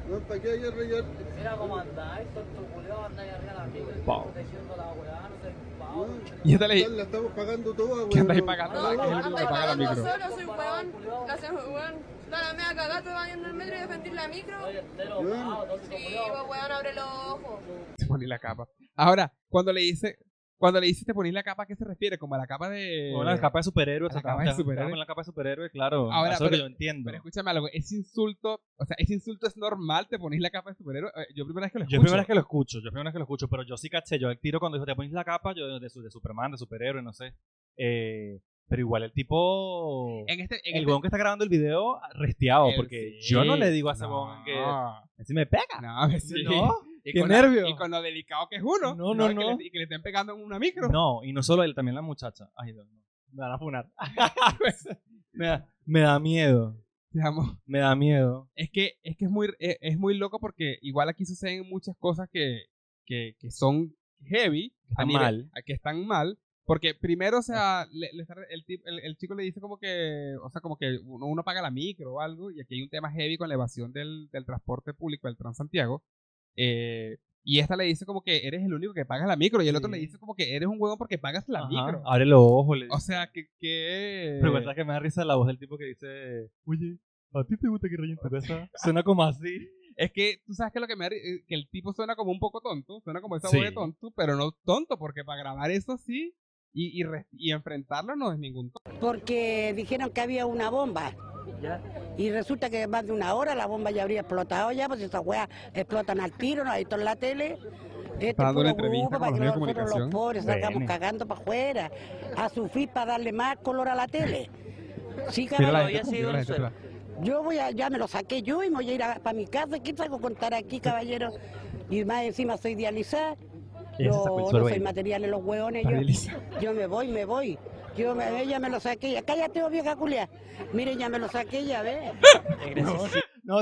S4: Weón, ¿Para qué hay que rayar?
S8: Mira cómo andáis, tonto culiao, andáis arriba de la micro,
S1: Pau.
S8: protegiendo la weá, no sé, pavo.
S4: Weón,
S1: Y esta le
S4: total, la estamos pagando toda,
S1: ¿Qué
S4: weón.
S1: andáis pagando?
S7: No,
S1: Es el único que paga la micro.
S7: solo, soy weón. La hacemos weón. Está la media cagada, te van en el metro y defender la micro.
S8: Soy entero,
S4: Weón.
S8: pavo, tonto
S7: Sí,
S8: culiao.
S7: pues weón, abre los ojos.
S1: Te poní la capa. Ahora, cuando le dice, cuando le dice te ponís la capa, ¿a qué se refiere? Como a la capa de.
S2: Con la capa de superhéroe.
S1: la
S2: te
S1: capa de
S2: acabas- te acabas
S1: superhéroe.
S2: Con la capa de superhéroe, claro.
S1: Ahora,
S2: eso es lo que
S1: pero-
S2: yo entiendo.
S1: Pero escúchame algo, ese insulto, o sea, ese insulto es normal, te ponís la capa de superhéroe. Eh, Yo primera vez que lo escucho.
S2: Yo es primera vez que lo escucho, yo es primera vez que lo escucho, pero yo sí caché, yo al tiro cuando dijo te pones la capa, yo de, su- de Superman, de superhéroe, no sé. Eh, pero igual el tipo,
S1: En este, en
S2: el
S1: este-
S2: weón que está grabando el video, resteado,
S1: el-
S2: porque
S1: sí,
S2: yo no le digo a ese
S1: no,
S2: weón que así me pega.
S1: No, sí.
S2: No,
S1: Y
S2: qué
S1: con
S2: nervio.
S1: La, y con lo delicado que es uno.
S2: No, no,
S1: Y que
S2: no.
S1: le- y que le estén pegando en una micro.
S2: No, y no solo él, también la muchacha. Ay, Dios, no. Me van a funar. me, da, me da miedo,
S1: Digamos,
S2: me da miedo.
S1: es que, es que es muy, e, es, es muy loco porque igual aquí suceden muchas cosas que, que, que son heavy. a
S2: Están
S1: nivel-
S2: mal.
S1: a que están mal. Porque primero, o sea, le- le está- el, tip- el- el chico le dice como que, o sea, como que uno, uno paga la micro o algo, y aquí hay un tema heavy con la evasión del, del transporte público, del Transantiago. Eh, y esta le dice como que eres el único que paga la micro, y el otro
S2: Sí.
S1: le dice como que eres un huevo porque pagas la
S2: Ajá,
S1: micro.
S2: Abre los ojos, le
S1: O sea, que... que...
S2: Pero verdad que me da risa la voz del tipo que dice, oye, ¿a ti te gusta que rayen tu casa? Suena como así.
S1: Es que tú sabes que lo que me da ri- eh, que el tipo suena como un poco tonto, suena como esa
S2: Sí.
S1: voz de tonto, pero no tonto, porque para grabar eso así y, y, re- y enfrentarlo no es ningún tonto.
S9: porque dijeron que había una bomba. Y resulta que más de una hora la bomba ya habría explotado ya, pues esas weas explotan al tiro, no hay todo en la tele. Este
S1: Está dando una
S9: puro
S1: entrevista
S9: grupo
S1: con los
S9: para que
S1: medios de
S9: nosotros
S1: comunicación.
S9: los pobres salgamos
S2: Bueno.
S9: cagando para afuera, a sufrir para darle más color a la tele. Sí,
S1: Mira la
S9: cabrón,
S1: gente, mira la gente atrás.
S9: yo voy a, ya me lo saqué yo y me voy a ir para mi casa, ¿qué traigo a contar aquí, caballero? Y más encima soy dializada,
S2: Ella
S9: yo
S2: se sacó el
S9: no
S2: suero
S9: soy
S2: ahí.
S9: material de los hueones, yo. Yo me voy, me voy. Yo me, eh, ya me lo saqué. Ya. Cállate, oh, vieja culia. Mire, ya me lo saqué, ya ves.
S2: No,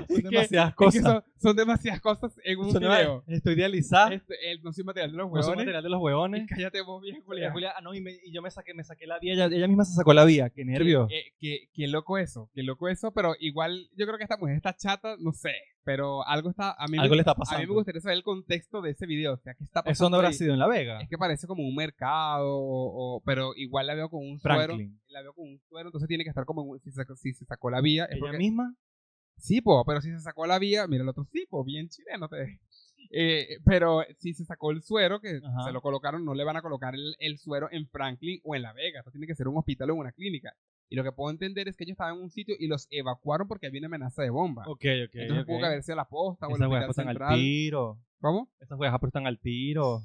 S1: Es
S2: Son
S1: que-
S2: demasiadas
S1: es que
S2: cosas.
S1: son, son demasiadas cosas en un
S2: Son-
S1: video.
S2: Estoy idealizada.
S1: Este, el, no soy material de los
S2: No soy
S1: huevones.
S2: material de los huevones.
S1: Y cállate vos, vieja Julia.
S2: Julia, Julia, ah, no, y, me- y yo me saqué, me saqué la vía. Ella, ella misma se sacó la vía. Qué nervio.
S1: Eh, qué, qué loco eso, qué loco eso, pero igual yo creo que esta mujer está chata, no sé, pero algo está, a mí,
S2: Algo
S1: me,
S2: le está
S1: a mí me
S2: pasando.
S1: gustaría saber el contexto de ese video, o sea, qué está pasando.
S2: Eso no habrá
S1: ahí?
S2: sido en La Vega.
S1: Es que parece como un mercado, o, o- pero igual la veo con un suero,
S2: Franklin.
S1: la veo con un suero, entonces tiene que estar como, en un- si, sacó- si se sacó la vía, es
S2: Ella
S1: porque-
S2: misma.
S1: Sí, po, pero si se sacó la vía, mira el otro sí, po, bien chileno. Te... Eh, pero si se sacó el suero, que
S2: Ajá.
S1: se lo colocaron, no le van a colocar el, el suero en Franklin o en La Vega. Esto tiene que ser un hospital o una clínica. Y lo que puedo entender es que ellos estaban en un sitio y los evacuaron porque había una amenaza de bomba.
S2: Ok, ok.
S1: Ah. Entonces pudo que
S2: Esas
S1: haber sido la posta o el
S2: weas
S1: hospital
S2: apuestan
S1: central.
S2: al tiro.
S1: ¿Cómo?
S2: Esas weas apuestan al tiro.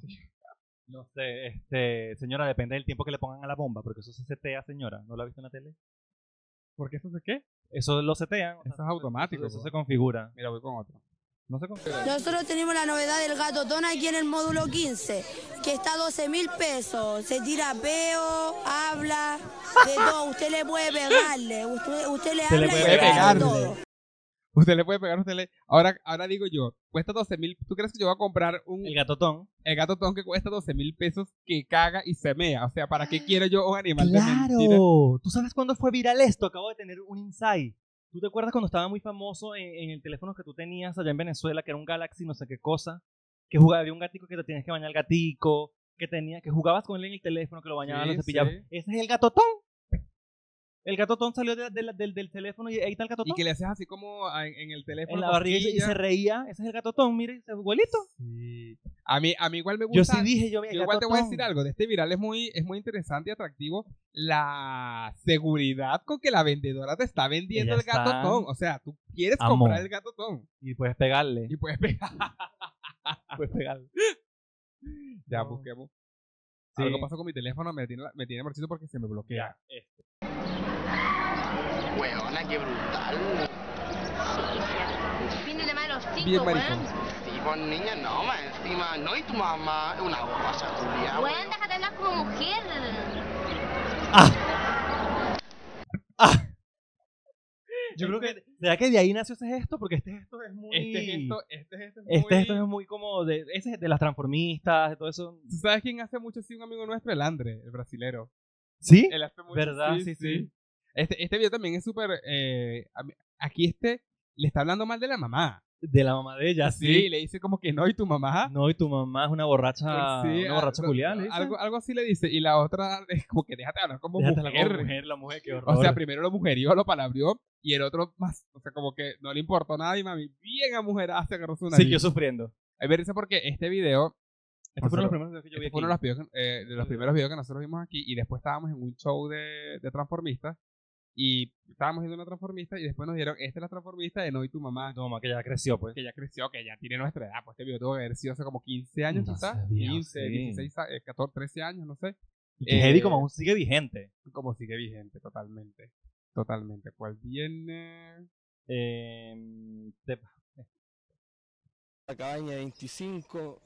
S2: No sé, este, señora, depende del tiempo que le pongan a la bomba, porque eso se setea, señora. ¿No lo ha visto en la tele?
S1: ¿Por qué eso se qué?
S2: Eso lo setean. o sea,
S1: Eso es automático.
S2: Eso
S1: po.
S2: se configura.
S1: Mira, voy con otro.
S2: No se configura.
S10: Nosotros tenemos la novedad del gatotón aquí en el módulo 15, que está a 12 mil pesos. Se tira peo, habla, de todo. Usted le puede pegarle, usted, usted le
S2: Se
S10: habla
S2: le
S10: y
S2: puede
S10: le hace
S1: pegarle.
S10: todo.
S1: Usted le puede pegar, usted le... Ahora, ahora digo yo, cuesta 12 mil... ¿Tú crees que yo voy a comprar un,
S2: El gatotón.
S1: el gato ton que cuesta 12 mil pesos que caga y se mea. O sea, ¿para qué quiero yo un animal de mentira?
S2: ¡Ah! ¡Claro! ¿Tú sabes cuándo fue viral esto? Acabo de tener un insight. ¿Tú te acuerdas cuando estaba muy famoso en, en el teléfono que tú tenías allá en Venezuela, que era un Galaxy no sé qué cosa? Que jugaba, había un gatico que te tenías que bañar al gatico, que tenía, que jugabas con él en el teléfono, que lo bañabas,
S1: Sí,
S2: lo cepillabas.
S1: sí.
S2: Ese es el gatotón. El gatotón salió de- de la- del, del teléfono y ahí está el
S1: Y
S2: gatotón.
S1: que le haces así como a- en el teléfono.
S2: en la barriga y se- y
S1: cosquillas.
S2: se reía. Ese es el gatotón, mire, ese es igualito.
S1: Sí. A mí, a mí igual me gusta.
S2: Yo sí dije, yo, mira,
S1: Yo igual te voy a
S2: gatotón.
S1: decir algo, de este viral es muy, es muy interesante y atractivo la seguridad con que la vendedora te está vendiendo
S2: Ella
S1: el gato
S2: está-
S1: tom. O sea, tú quieres
S2: Amo.
S1: comprar el gato tom
S2: Y pues puedes pegarle.
S1: y puedes pegar.
S2: Puedes pegarle.
S1: Ya,
S2: No.
S1: busquemos.
S2: Sí.
S1: Algo pasó con mi teléfono, me tiene, la- me tiene marchito porque se me bloquea.
S5: Weona, qué brutal.
S11: Tiene la mano cinco,
S1: Bien,
S11: weón.
S1: maricón.
S5: Sí, pues niña, no, más encima, no, y tu mamá es una borracha, Julia.
S11: Weón, déjate hablar como mujer.
S2: Yo creo que. ¿Será que de ahí nació ese gesto? Porque este gesto es muy.
S1: Este gesto, este gesto es
S2: Este
S1: muy-
S2: gesto es muy como de, ese, de las transformistas, de todo eso.
S1: ¿Tú sabes quién hace mucho así un amigo nuestro? El Andre, el brasilero.
S2: ¿Sí?
S1: Él hace mucho
S2: ¿Verdad?
S1: así,
S2: Sí, sí.
S1: Este, este video también es súper... eh, a mí- aquí este le está hablando mal de la mamá.
S2: De la mamá de ella,
S1: Sí,
S2: sí.
S1: le dice como que no, ¿y tu mamá?
S2: No, y tu mamá es una
S1: Eh,
S2: borracha.
S1: Sí,
S2: una borracha
S1: algo-
S2: culiada, le dice.
S1: algo, algo así le dice. Y la otra es como que déjate hablar como
S2: Déjate la
S1: mujer.
S2: como mujer, la mujer, qué horror.
S1: O sea, primero lo mujerió, lo palabrió. Y el otro más, o sea, como que no le importó nada. Y mami, bien a mujer, se agarró su nariz.
S2: Siguió sufriendo.
S1: A ver, dice porque este video.
S2: Este fue uno
S1: nosotros-
S2: de los primeros videos que yo vi
S1: este fue uno de los,
S2: aquí.
S1: videos que- eh, de los primeros videos que nosotros vimos aquí. Y después estábamos en un show de, de transformistas. Y estábamos viendo una transformista. Y después nos dieron, esta es la transformista de No y tu mamá.
S2: Tu mamá que ya creció, pues.
S1: Que ya creció, que ya tiene nuestra edad. Pues este video tuvo que haber sido hace como 15 años,
S2: No
S1: quizás.
S2: sabía,
S1: 15,
S2: sí.
S1: 16, a- eh, 14, 13 años, no sé.
S2: Y que
S1: Eh,
S2: Heidi como aún sigue vigente.
S1: Como sigue vigente, totalmente. Totalmente. ¿Cuál viene?
S2: Eh, te-
S5: La cabaña 25.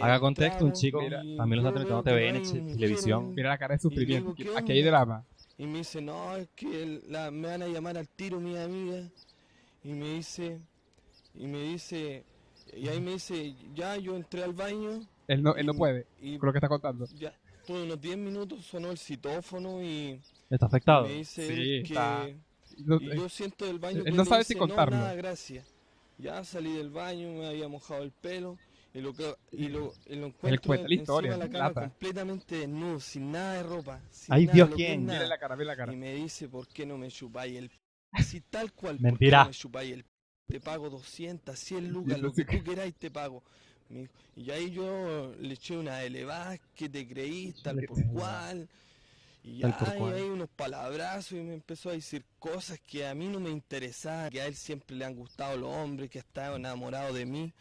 S2: haga contexto, un chico
S5: mira,
S2: también lo está transmitiendo TVN, che- televisión.
S1: Mira la cara de sufrimiento.
S5: digo, ¿qué
S1: Aquí hay
S5: onda?
S1: drama.
S5: Y me dice, no, es que el- la- me van a llamar al tiro mi amiga. Y me dice, y me dice, y ahí me dice, ya yo entré al baño
S1: Él no, él no
S5: Y-
S1: puede.
S5: y
S1: Con lo que está contando.
S5: ya tuve unos 10 minutos, sonó el citófono y
S2: Está afectado.
S5: me dice
S1: Sí,
S5: él
S1: está-
S5: que
S1: No- eh,
S5: y yo siento del baño
S1: él
S5: que
S1: no
S5: me
S1: sabe si
S5: dice,
S1: contarlo".
S5: No, nada, gracias. Ya salí del baño, me había mojado el pelo y lo que- y lo, y lo encuentro
S1: cuenta la
S5: encima
S1: historia,
S5: de la
S1: en
S5: cama
S1: plata.
S5: completamente desnudo, sin nada de ropa, sin
S2: Ay,
S5: nada,
S2: Dios,
S5: lo que es
S2: ¿quién?
S5: nada.
S1: Mira la cara, mira la cara.
S5: Y me dice, ¿por qué no me chupáis el p-? Así tal cual. ¿por qué
S2: Mentira.
S5: no me chupáis el p-? Te pago 200, 100
S1: Yo
S5: lucas,
S1: no
S5: lo que
S1: sé qué-
S5: tú queráis te pago. Me dijo, Y ahí yo le eché una elevada, que te creí, tal
S2: Le
S5: por
S2: eché una-
S5: cual. Y
S2: Tal por
S5: ahí
S2: cual.
S5: ahí unos palabrazos y me empezó a decir cosas que a mí no me interesaban, que a él siempre le han gustado los hombres, que está enamorado de mí.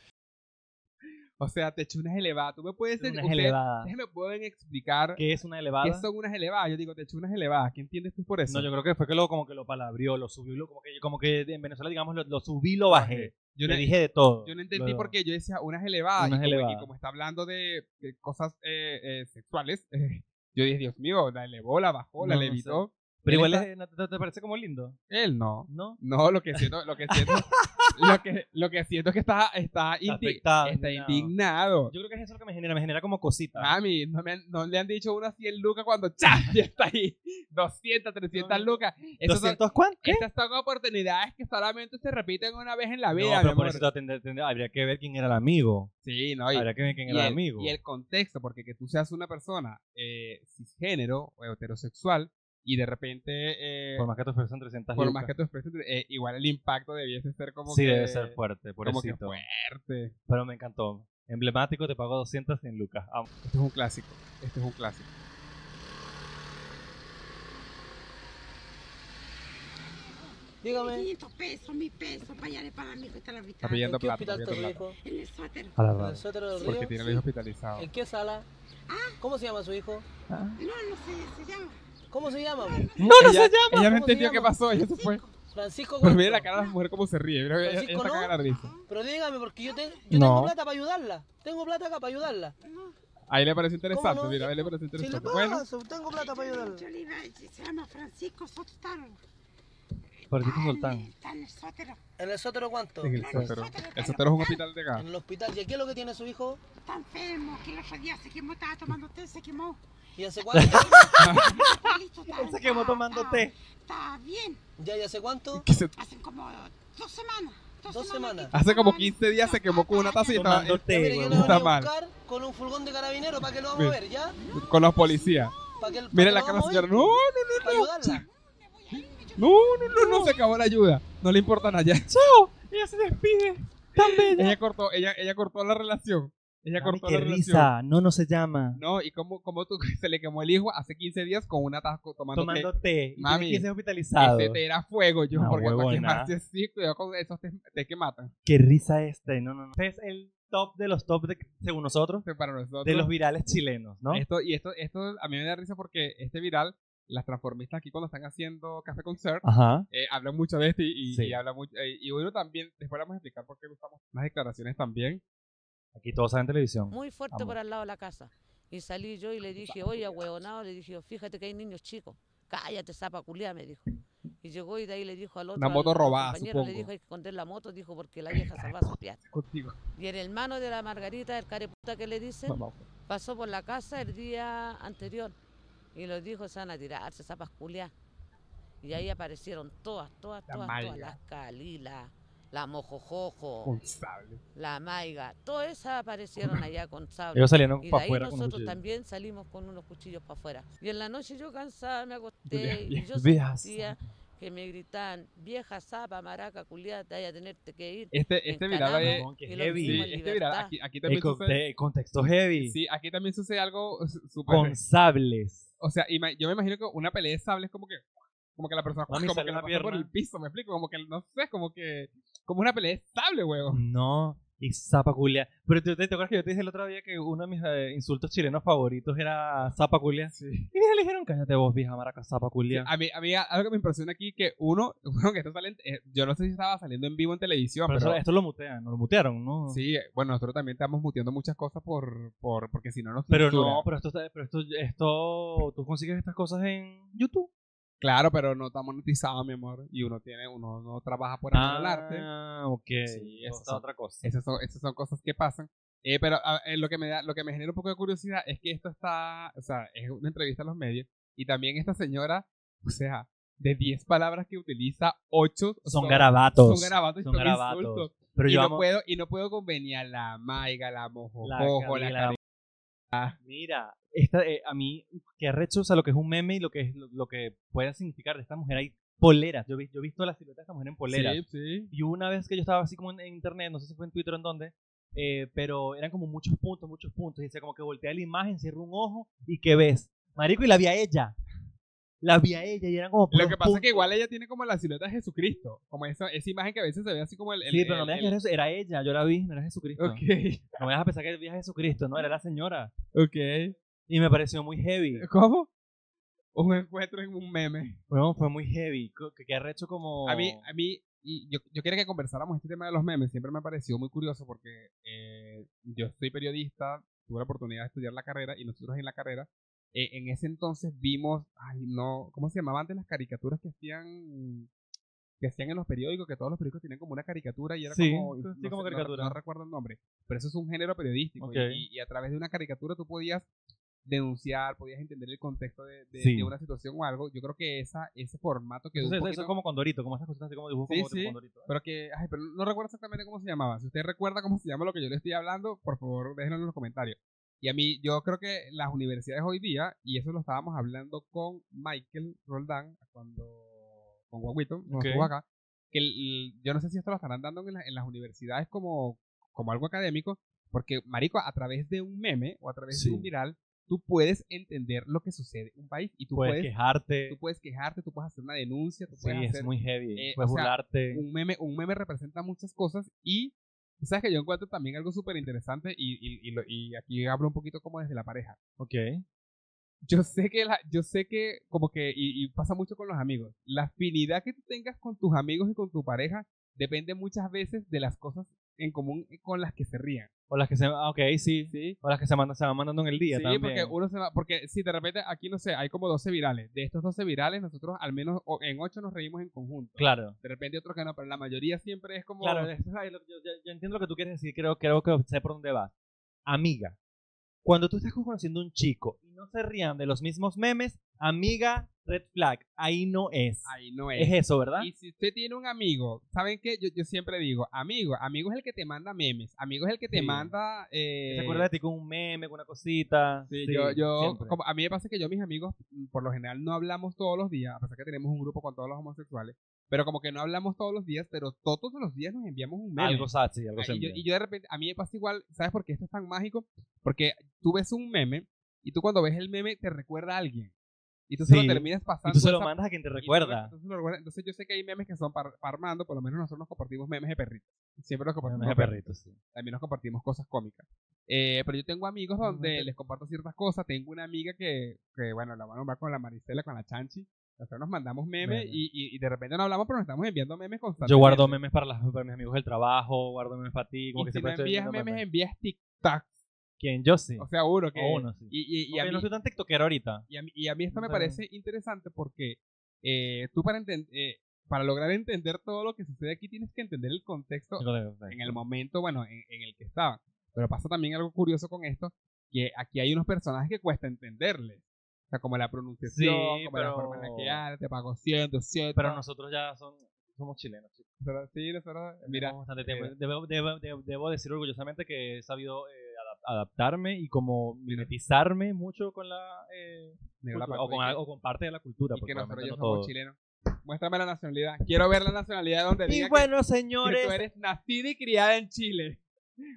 S1: O sea, te eché unas elevadas. Tú me puedes
S2: Unas
S1: ustedes-
S2: elevadas.
S1: Ustedes me pueden explicar
S2: ¿Qué es una elevada?
S1: qué son unas elevadas. Yo digo, te eché unas elevadas. ¿Qué entiendes tú por eso?
S2: No, yo creo que fue que lo, como que lo palabrió, lo subió, lo, como, que, como que en Venezuela, digamos, lo, lo subí, lo bajé.
S1: Yo
S2: le
S1: no-
S2: dije de todo.
S1: Yo no entendí
S2: Lo-
S1: por qué yo decía unas elevadas.
S2: Unas
S1: y, como, y
S2: elevadas.
S1: como está hablando de, de cosas eh, eh, sexuales, yo dije, Dios mío, la elevó, la bajó, la
S2: No, no
S1: levitó.
S2: Pero
S1: Él
S2: igual
S1: está-
S2: es- ¿no te, te parece como lindo,
S1: Él no.
S2: ¿no?
S1: No, lo que siento, lo que siento, lo que, lo que siento es que está, está, inti-
S2: afectado,
S1: está
S2: indignado.
S1: indignado.
S2: Yo creo que es eso lo que me genera, me genera como cosita.
S1: Mami, no, me han- no le han dicho unas 100 lucas cuando ¡cha! ya está ahí. 200, 300
S2: No,
S1: lucas. Esas son, eh,
S2: ¿200 cuánto? ¿Qué?
S1: estas son oportunidades que solamente se repiten una vez en la
S2: No,
S1: vida, mi
S2: pero por
S1: amor.
S2: eso tendría- tendría- habría que ver quién era el amigo.
S1: Sí, no, y,
S2: habría que ver quién
S1: y
S2: era el
S1: el,
S2: amigo.
S1: y el contexto, porque que tú seas una persona eh, cisgénero o heterosexual y de repente, eh,
S2: por más que te ofrecen 300
S1: por
S2: lucas.
S1: más que tú expreses, eh, igual el impacto debiese ser como
S2: Sí,
S1: que...
S2: debe ser fuerte,
S1: como que
S2: pobrecito.
S1: fuerte.
S2: Pero me encantó. Emblemático, te pago 200 en lucas. Amo.
S1: Este es un clásico. Este es un clásico.
S12: Dígame.
S3: 500 pesos, 1000 pesos, para allá le pagan mi cuesta la
S1: Está
S3: mitad.
S1: pidiendo
S12: ¿En qué
S1: plata. está
S12: hospital te
S1: pidiendo plata.
S12: dijo?
S3: En el suéter.
S2: A la
S12: ¿En el
S2: verdad.
S12: sótano del
S1: Porque
S12: río?
S1: tiene el
S12: Sí.
S1: hijo hospitalizado.
S12: ¿En qué sala? ¿Cómo se llama su hijo?
S3: No, no sé, se llama.
S12: ¿Cómo se llama?
S2: ¡No, no
S1: ella,
S2: se llama!
S1: Ella no
S12: ¿Cómo se
S1: entendió
S12: llama?
S1: qué pasó. Ella se fue.
S12: Francisco
S1: Pero
S12: Gordo.
S1: mira la cara de la mujer cómo se ríe. Mira, ella, ella
S12: Francisco,
S1: está
S12: ¿no?
S1: cagada de risa.
S12: Pero dígame, porque yo, ten- yo
S2: No.
S12: tengo plata para ayudarla. Tengo plata acá para ayudarla.
S1: Ahí le pareció interesante.
S12: ¿Cómo no?
S1: Mira, ahí le pareció
S12: Si le
S1: interesante. Bueno,
S12: paso, tengo plata para ayudarla.
S3: Yo le iba a decir, se llama Francisco Sotaro.
S2: Francisco Soltán.
S3: Está en el sótero.
S12: ¿En el sótero cuánto?
S1: en el sótero. El sótero es un hospital de gas.
S12: En el hospital. ¿Y aquí es lo que tiene su hijo?
S3: Está enfermo, que el otro día se quemó, estaba tomando té, se quemó.
S12: ¿Y hace cuánto?
S3: Está listo, está-
S2: Se quemó
S3: está-
S2: tomando
S3: está-
S2: té.
S3: Está bien.
S12: ¿Ya y hace cuánto?
S1: Que se-
S3: Hacen como dos semanas. Dos,
S12: Dos semanas.
S1: hace como 15 días se quemó con una taza y estaba
S2: Tomando
S12: Ya, mire,
S2: té,
S12: yo
S2: huevón.
S12: la voy
S1: Está
S12: a
S1: mal.
S12: buscar con un furgón de carabinero para que lo vamos a
S1: Mira.
S12: ver, ¿ya?
S1: con los policías.
S12: Para que, el- pa'
S1: Mira
S12: que
S1: la
S12: lo
S1: cara de la
S12: vamos
S1: señora.
S12: a ver,
S1: No, no, no,
S12: Para ayudarla.
S1: no, no, no, no, se acabó la ayuda. No le importa nada. ya.
S2: ¡Chao! Ella se despide. ¡Tan bella!
S1: Ella cortó, ella, ella cortó la relación. Ella
S2: Mami,
S1: cortó
S2: qué
S1: la relación.
S2: risa. No, no se llama.
S1: No, y como, como tú se le quemó el hijo hace 15 días con un atasco tomando,
S2: Tomando este, té. Y
S1: Mami,
S2: tiene 15 hospitalizados.
S1: Ese té era fuego, yo,
S2: Una
S1: porque para
S2: huevona.
S1: quemarse así, cuidado con esos té, té que matan.
S2: Qué risa este. No, no, no. Este es el top de los top, de, según nosotros,
S1: Este para nosotros.
S2: de los virales chilenos, ¿no?
S1: Esto, y esto, esto a mí me da risa porque este viral, las transformistas aquí cuando están haciendo Café Concert,
S2: Ajá.
S1: eh, hablan mucho de esto y, y-
S2: Sí.
S1: y habla mucho. eh, y bueno, también, después vamos a explicar por qué usamos unas declaraciones también.
S2: Aquí todos saben televisión.
S13: muy fuerte
S2: Vamos.
S13: por al lado de la casa. Y salí yo y le dije, oye, huevonao, le dije, fíjate que hay niños chicos. Cállate, zapa culia, me dijo. Y llegó y de ahí le dijo al otro.
S1: Una moto
S13: al
S1: robada,
S13: compañero, Le
S1: supongo.
S13: dijo, hay que esconder la moto, dijo, porque la vieja se va a sopear.
S1: Contigo.
S13: Y el hermano de la Margarita, el careputa que le dicen,
S1: Vamos.
S13: pasó por la casa el día anterior. Y los dijo, se van a tirarse, zapas culia. Y ahí aparecieron todas, todas,
S1: La
S13: todas,
S1: Maiga.
S13: todas. Las Calila, la Mojojojo.
S1: Con sable.
S13: La maiga, todas esas aparecieron allá con sable.
S2: Ellos salieron
S13: y de
S2: pa'
S13: ahí
S2: afuera con
S13: nosotros
S2: cuchillos.
S13: también salimos con unos cuchillos para afuera. Y en la noche yo cansada me
S2: Vieja-
S13: acosté y yo
S2: vieja
S13: sentía que me gritaban, vieja zapa, maraca, culiada, te vaya a tenerte que ir.
S1: Este, este viral
S13: Encanamos
S1: ahí-
S13: y lo
S2: heavy.
S13: vivimos
S1: Sí,
S13: en
S1: este viral,
S13: libertad.
S1: aquí, aquí
S2: El
S1: también sucede.
S2: conte- contexto heavy.
S1: Sí, aquí también sucede algo s- súper.
S2: Con sables.
S1: O sea, ima- yo me imagino que una pelea de sables como que. Como que la persona
S2: Mami,
S1: como
S2: sale
S1: que la
S2: una
S1: pasó por
S2: pierna.
S1: el piso, me explico. Como que, no sé, como que. Como una pelea de sable,
S2: Mm,
S1: huevo.
S2: No, y zapaculia. Pero ¿te, te, te acuerdas que yo te dije el otro día que uno de mis eh, insultos chilenos favoritos era zapaculia?
S1: Sí. ah,
S2: Y le dijeron, cállate vos, vieja maraca, zapaculia.
S1: A mí, a mí algo que me impresiona aquí que uno, bueno, que esto sale, en- eh, yo no sé si estaba saliendo en vivo en televisión,
S2: pero
S1: pero,
S2: eso- esto lo mutean, no lo mutearon, ¿no?
S1: sí, eh, bueno, nosotros también estamos muteando muchas cosas por, por porque si no nos
S2: Pero
S1: censuran.
S2: no, pero esto, está- pero esto, esto, tú consigues estas cosas en YouTube.
S1: Claro, pero no está monetizado, mi amor, y uno tiene, uno no trabaja por amor al arte.
S2: Ah, ok.
S1: Sí,
S2: eso
S1: esas
S2: es otra cosa.
S1: Esas son, esas son cosas que pasan. Eh, pero a- eh, lo que me da, lo que me genera un poco de curiosidad es que esto está, o sea, es una entrevista a los medios y también esta señora, o sea, de 10 palabras que utiliza, 8
S2: Son garabatos.
S1: Son garabatos y
S2: Son
S1: son,
S2: garabatos.
S1: insultos.
S2: Pero
S1: y,
S2: yo
S1: no
S2: amo-
S1: puedo, y no puedo convenir la maiga, la mojo,
S2: La
S1: la,
S2: Gabriela- Mira, esta, eh, a mí, que arrecho, o sea, lo que es un meme y lo que es lo, lo que puede significar de esta mujer. Hay poleras. Yo, vi- yo he visto la silueta de esta mujer en poleras.
S1: Sí, sí.
S2: Y una vez que yo estaba así como en, en internet, no sé si fue en Twitter o en dónde, eh, pero eran como muchos puntos, muchos puntos. Y decía como que voltea la imagen, cierra un ojo y que ves. Marico, y la vi a ella. La vi a ella y eran como
S1: Lo
S2: puros
S1: que pasa es
S2: puntos.
S1: que igual ella tiene como la silueta de Jesucristo, como esa, esa imagen que a veces se ve así como el... el-
S2: Sí, pero no
S1: el-
S2: me
S1: el-
S2: digas que era eso, era ella, yo la vi, no era Jesucristo.
S1: Ok,
S2: No me dejas pensar que era Jesucristo, no, era la señora.
S1: ok.
S2: Y me pareció muy
S1: É
S2: heavy.
S1: ¿Cómo? Un encuentro en un é, tipo, um meme.
S2: Bueno, fue muy heavy, co- que, que arrecho como...
S1: A mí, a mí y yo, yo quería que conversáramos este tema de los memes. Siempre me ha parecido muy curioso porque eh, yo soy periodista, tuve la oportunidad de estudiar la carrera y nosotros en la carrera, eh, en ese entonces vimos, ay no, ¿cómo se llamaban antes las caricaturas que hacían que hacían en los periódicos? Que todos los periódicos tenían como una caricatura y era
S2: Sí,
S1: como,
S2: sí,
S1: no sé,
S2: como
S1: no re-
S2: caricatura.
S1: no recuerdo el nombre, pero eso es un género periodístico y-
S2: Ok.
S1: y, y a través de una caricatura tú podías denunciar, podías entender el contexto de, de-
S2: Sí.
S1: de una situación o algo. Yo creo que esa, ese formato que
S2: Entonces, eso es como Condorito, como esas cositas así como dibujos
S1: Sí,
S2: como tipo
S1: sí.
S2: Condorito.
S1: pero que, ay, pero no recuerdo exactamente cómo se llamaba. Si usted recuerda cómo se llama lo que yo le estoy hablando, por favor, déjenlo en los comentarios. Y a mí, yo creo que las universidades hoy día, y eso lo estábamos hablando con Michael Roldán, cuando, con Guaguito, nos
S2: Ok.
S1: estuvo acá, que el- yo no sé si esto lo estarán dando en, la- en las universidades como, como algo académico, porque, marico, a través de un meme o a través
S2: Sí.
S1: de un viral, tú puedes entender lo que sucede en un país y tú
S2: Puedes,
S1: puedes,
S2: quejarte,
S1: tú puedes quejarte, tú puedes hacer una denuncia, tú
S2: sí,
S1: puedes
S2: es
S1: hacer
S2: muy heavy,
S1: eh,
S2: puedes
S1: o sea,
S2: burlarte.
S1: un meme, un meme representa muchas cosas y sabes que yo encuentro también algo súper interesante y, y- y lo- y aquí hablo un poquito como desde la pareja.
S2: Ok.
S1: Yo sé que la, yo sé que como que y, y pasa mucho con los amigos. La afinidad que tú tengas con tus amigos y con tu pareja depende muchas veces de las cosas en común con las que se rían.
S2: O las que se... ah, ok, sí.
S1: Sí.
S2: O las que se, mandan, se van mandando en el día
S1: Sí,
S2: también.
S1: porque uno se va, porque si de repente aquí no sé, hay como 12 virales. De estos 12 virales nosotros al menos o- en 8 nos reímos en conjunto.
S2: Claro.
S1: De repente otros que no, pero la mayoría siempre es como
S2: Claro, eso es ahí lo que yo, yo- yo entiendo lo que tú quieres decir, creo, creo que sé por dónde vas. Amiga, cuando tú estás conociendo a un chico y no se rían de los mismos memes, amiga, red flag. Ahí no es.
S1: Ahí no es.
S2: Es eso, ¿verdad?
S1: Y si usted tiene un amigo, ¿saben qué? Yo, yo siempre digo, amigo, amigo es el que te manda memes, amigo es el que te
S2: Sí.
S1: manda... eh,
S2: Se acuerda de ti con un meme, con una cosita.
S1: Sí, yo, yo
S2: siempre.
S1: como a mí me pasa que yo, mis amigos, mm, por lo general no hablamos todos los días, a pesar que tenemos un grupo con todos los homosexuales, pero como que no hablamos todos los días, pero todos los días nos enviamos un meme.
S2: Algo sad, sí, algo
S1: Ah, y, yo,
S2: sembra.
S1: y yo de repente, a mí me pasa igual, ¿sabes por qué esto es tan mágico? Porque tú ves un meme y tú cuando ves el meme te recuerda a alguien. Y tú se
S2: Sí.
S1: lo terminas pasando.
S2: Y tú se lo
S1: esa-
S2: mandas a quien te
S1: y tú lo-
S2: recuerda.
S1: entonces lo recuerda. Entonces yo sé que hay memes que son para Armando, por lo menos nosotros nos compartimos memes de perritos. Siempre nos compartimos
S2: Memes de perritos,
S1: También nos compartimos cosas cómicas. Eh, pero yo tengo amigos donde les comparto ciertas cosas. Tengo una amiga que, que bueno, la voy a nombrar con la Maricela, con la Chanchi. Nosotros nos mandamos memes
S2: Memes.
S1: y, y- y de repente no hablamos, pero nos estamos enviando memes constantemente.
S2: Yo guardo memes para, las- para mis amigos del trabajo, guardo memes para ti. Como
S1: Y
S2: que
S1: si no
S2: siempre estoy
S1: envías
S2: viendo
S1: memes, envías TikTok.
S2: ¿Quién? Yo sí.
S1: O sea, uno que.
S2: O uno, sí.
S1: Y, y- y
S2: Ok,
S1: a mí,
S2: no soy tan tiktokero ahorita.
S1: y a mí- y a mí esto me
S2: Pero-
S1: parece interesante porque eh, tú para enten- eh, para lograr entender todo lo que sucede aquí tienes que entender el contexto
S2: El contexto,
S1: en el momento, bueno, en, en el que estaba. Pero pasa también algo curioso con esto, que aquí hay unos personajes que cuesta entenderles. O sea, como la pronunciación,
S2: Sí,
S1: como la
S2: pero-
S1: forma en la que habla, te pago 100, 200.
S2: Pero nosotros ya son, somos chilenos. chicos.
S1: Pero sí, nosotros, mira,
S2: Tenemos bastante tiempo.
S1: eh,
S2: Debo, debo- debo- debo decir orgullosamente que he sabido eh, adap- adaptarme y como mimetizarme mucho con la, eh,
S1: Mira la
S2: cultura, o, con,
S1: patrulla.
S2: algo- con parte de la
S1: y
S2: cultura.
S1: que
S2: porque
S1: nosotros
S2: obviamente
S1: yo
S2: no
S1: somos
S2: todo.
S1: chilenos. Muéstrame la nacionalidad. Quiero ver la nacionalidad donde
S2: Y
S1: diga que-
S2: bueno,
S1: que tú
S2: señores,
S1: eres nacida y criada en Chile.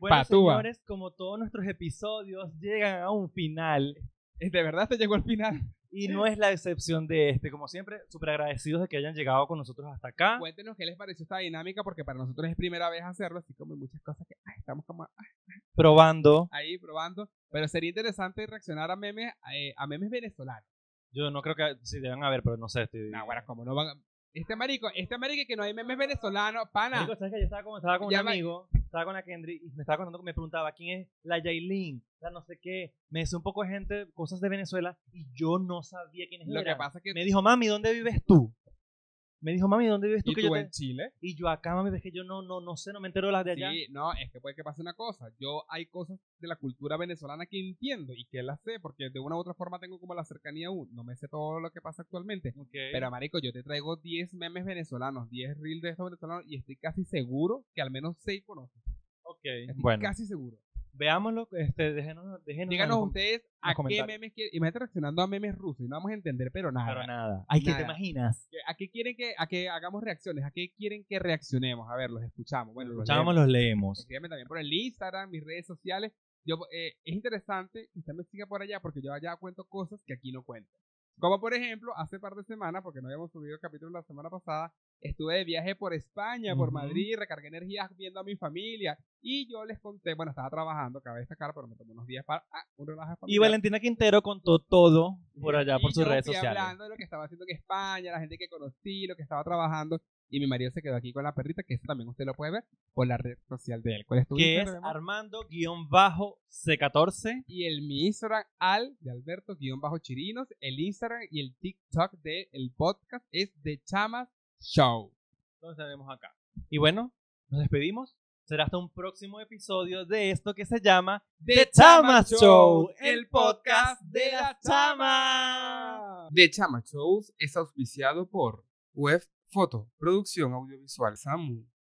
S2: Bueno,
S1: Patúa.
S2: señores, como todos nuestros episodios llegan a un final.
S1: Eh, De verdad se llegó al final.
S2: Y no es la excepción de este. Como siempre, súper agradecidos de que hayan llegado con nosotros hasta acá.
S1: Cuéntenos qué les pareció esta dinámica, porque para nosotros es primera vez hacerlo, así como hay muchas cosas que ay, estamos como ay,
S2: Probando.
S1: ahí probando. Pero sería interesante reaccionar a memes, eh, a memes venezolanos.
S2: Yo no creo que sí deben haber, pero no sé. Estoy...
S1: No, bueno, como no van a- Este marico, este marico que no hay memes venezolanos, pana.
S2: Marico, ¿sabes que yo estaba con, estaba con un
S1: Ya va-
S2: amigo, estaba con la Kendry, y me estaba contando, me preguntaba quién es la Yailin, la no sé qué. Me decía un poco de gente, cosas de Venezuela, y yo no sabía quién es
S1: Lo que pasa es que
S2: Me dijo, mami, ¿dónde vives tú? Me dijo, mami, ¿dónde vives tú?
S1: ¿Y
S2: que
S1: tú
S2: yo
S1: en Chile?
S2: Y yo acá, mami, ves que yo no, no, no sé, no me entero de las de allá.
S1: Sí, no, es que puede que pase una cosa. Yo hay cosas de la cultura venezolana que entiendo y que las sé, porque de una u otra forma tengo como la cercanía aún. No me sé todo lo que pasa actualmente. Pero, marico, yo te traigo 10 memes venezolanos, 10 reels de estos venezolanos, y estoy casi seguro que al menos 6 conoces.
S2: Ok.
S1: Estoy
S2: Bueno.
S1: casi seguro.
S2: Veámoslo, este, déjenos, déjenos
S1: Díganos
S2: en los
S1: ustedes
S2: en los
S1: a qué
S2: comentarios.
S1: memes quieren. Imagínate reaccionando a memes rusos y no vamos a entender, pero nada.
S2: Pero nada. Ay, que te
S1: Nada.
S2: imaginas.
S1: ¿Qué- ¿A qué quieren que, a que hagamos reacciones? ¿A qué quieren que reaccionemos? A ver, los escuchamos. Bueno, los
S2: Escuchamos,
S1: leemos.
S2: los leemos.
S1: Escríbame Pues, también por el Instagram, mis redes sociales. Yo, eh, es interesante que usted me siga por allá porque yo allá cuento cosas que aquí no cuento. Como por ejemplo, hace par de semanas, porque no habíamos subido el capítulo la semana pasada, estuve de viaje por España, por
S2: Ujú.
S1: Madrid, recargué energías viendo a mi familia y yo les conté, bueno, estaba trabajando, cabe destacar, pero me tomé unos días para ah, un relaje
S2: Y
S1: familiar.
S2: Valentina Quintero contó todo por allá, por
S1: Y
S2: sus
S1: yo
S2: redes
S1: fui
S2: sociales.
S1: hablando de lo que estaba haciendo en España, la gente que conocí, lo que estaba trabajando. Y mi marido se quedó aquí con la perrita, que eso también usted lo puede ver por la red social de él. ¿Cuál es tu
S2: Que es
S1: Instagram, mi amor?
S2: Armando-C14.
S1: Y el mi Instagram al de Alberto guión bajo Chirinos. El Instagram y el TikTok del podcast es de Chamas Show.
S2: Entonces tenemos acá. Y bueno, nos despedimos. Será hasta un próximo episodio de esto que se llama The Chama Show, el podcast de las chamas.
S1: The Chama Shows es auspiciado por web Foto, producción audiovisual Samu,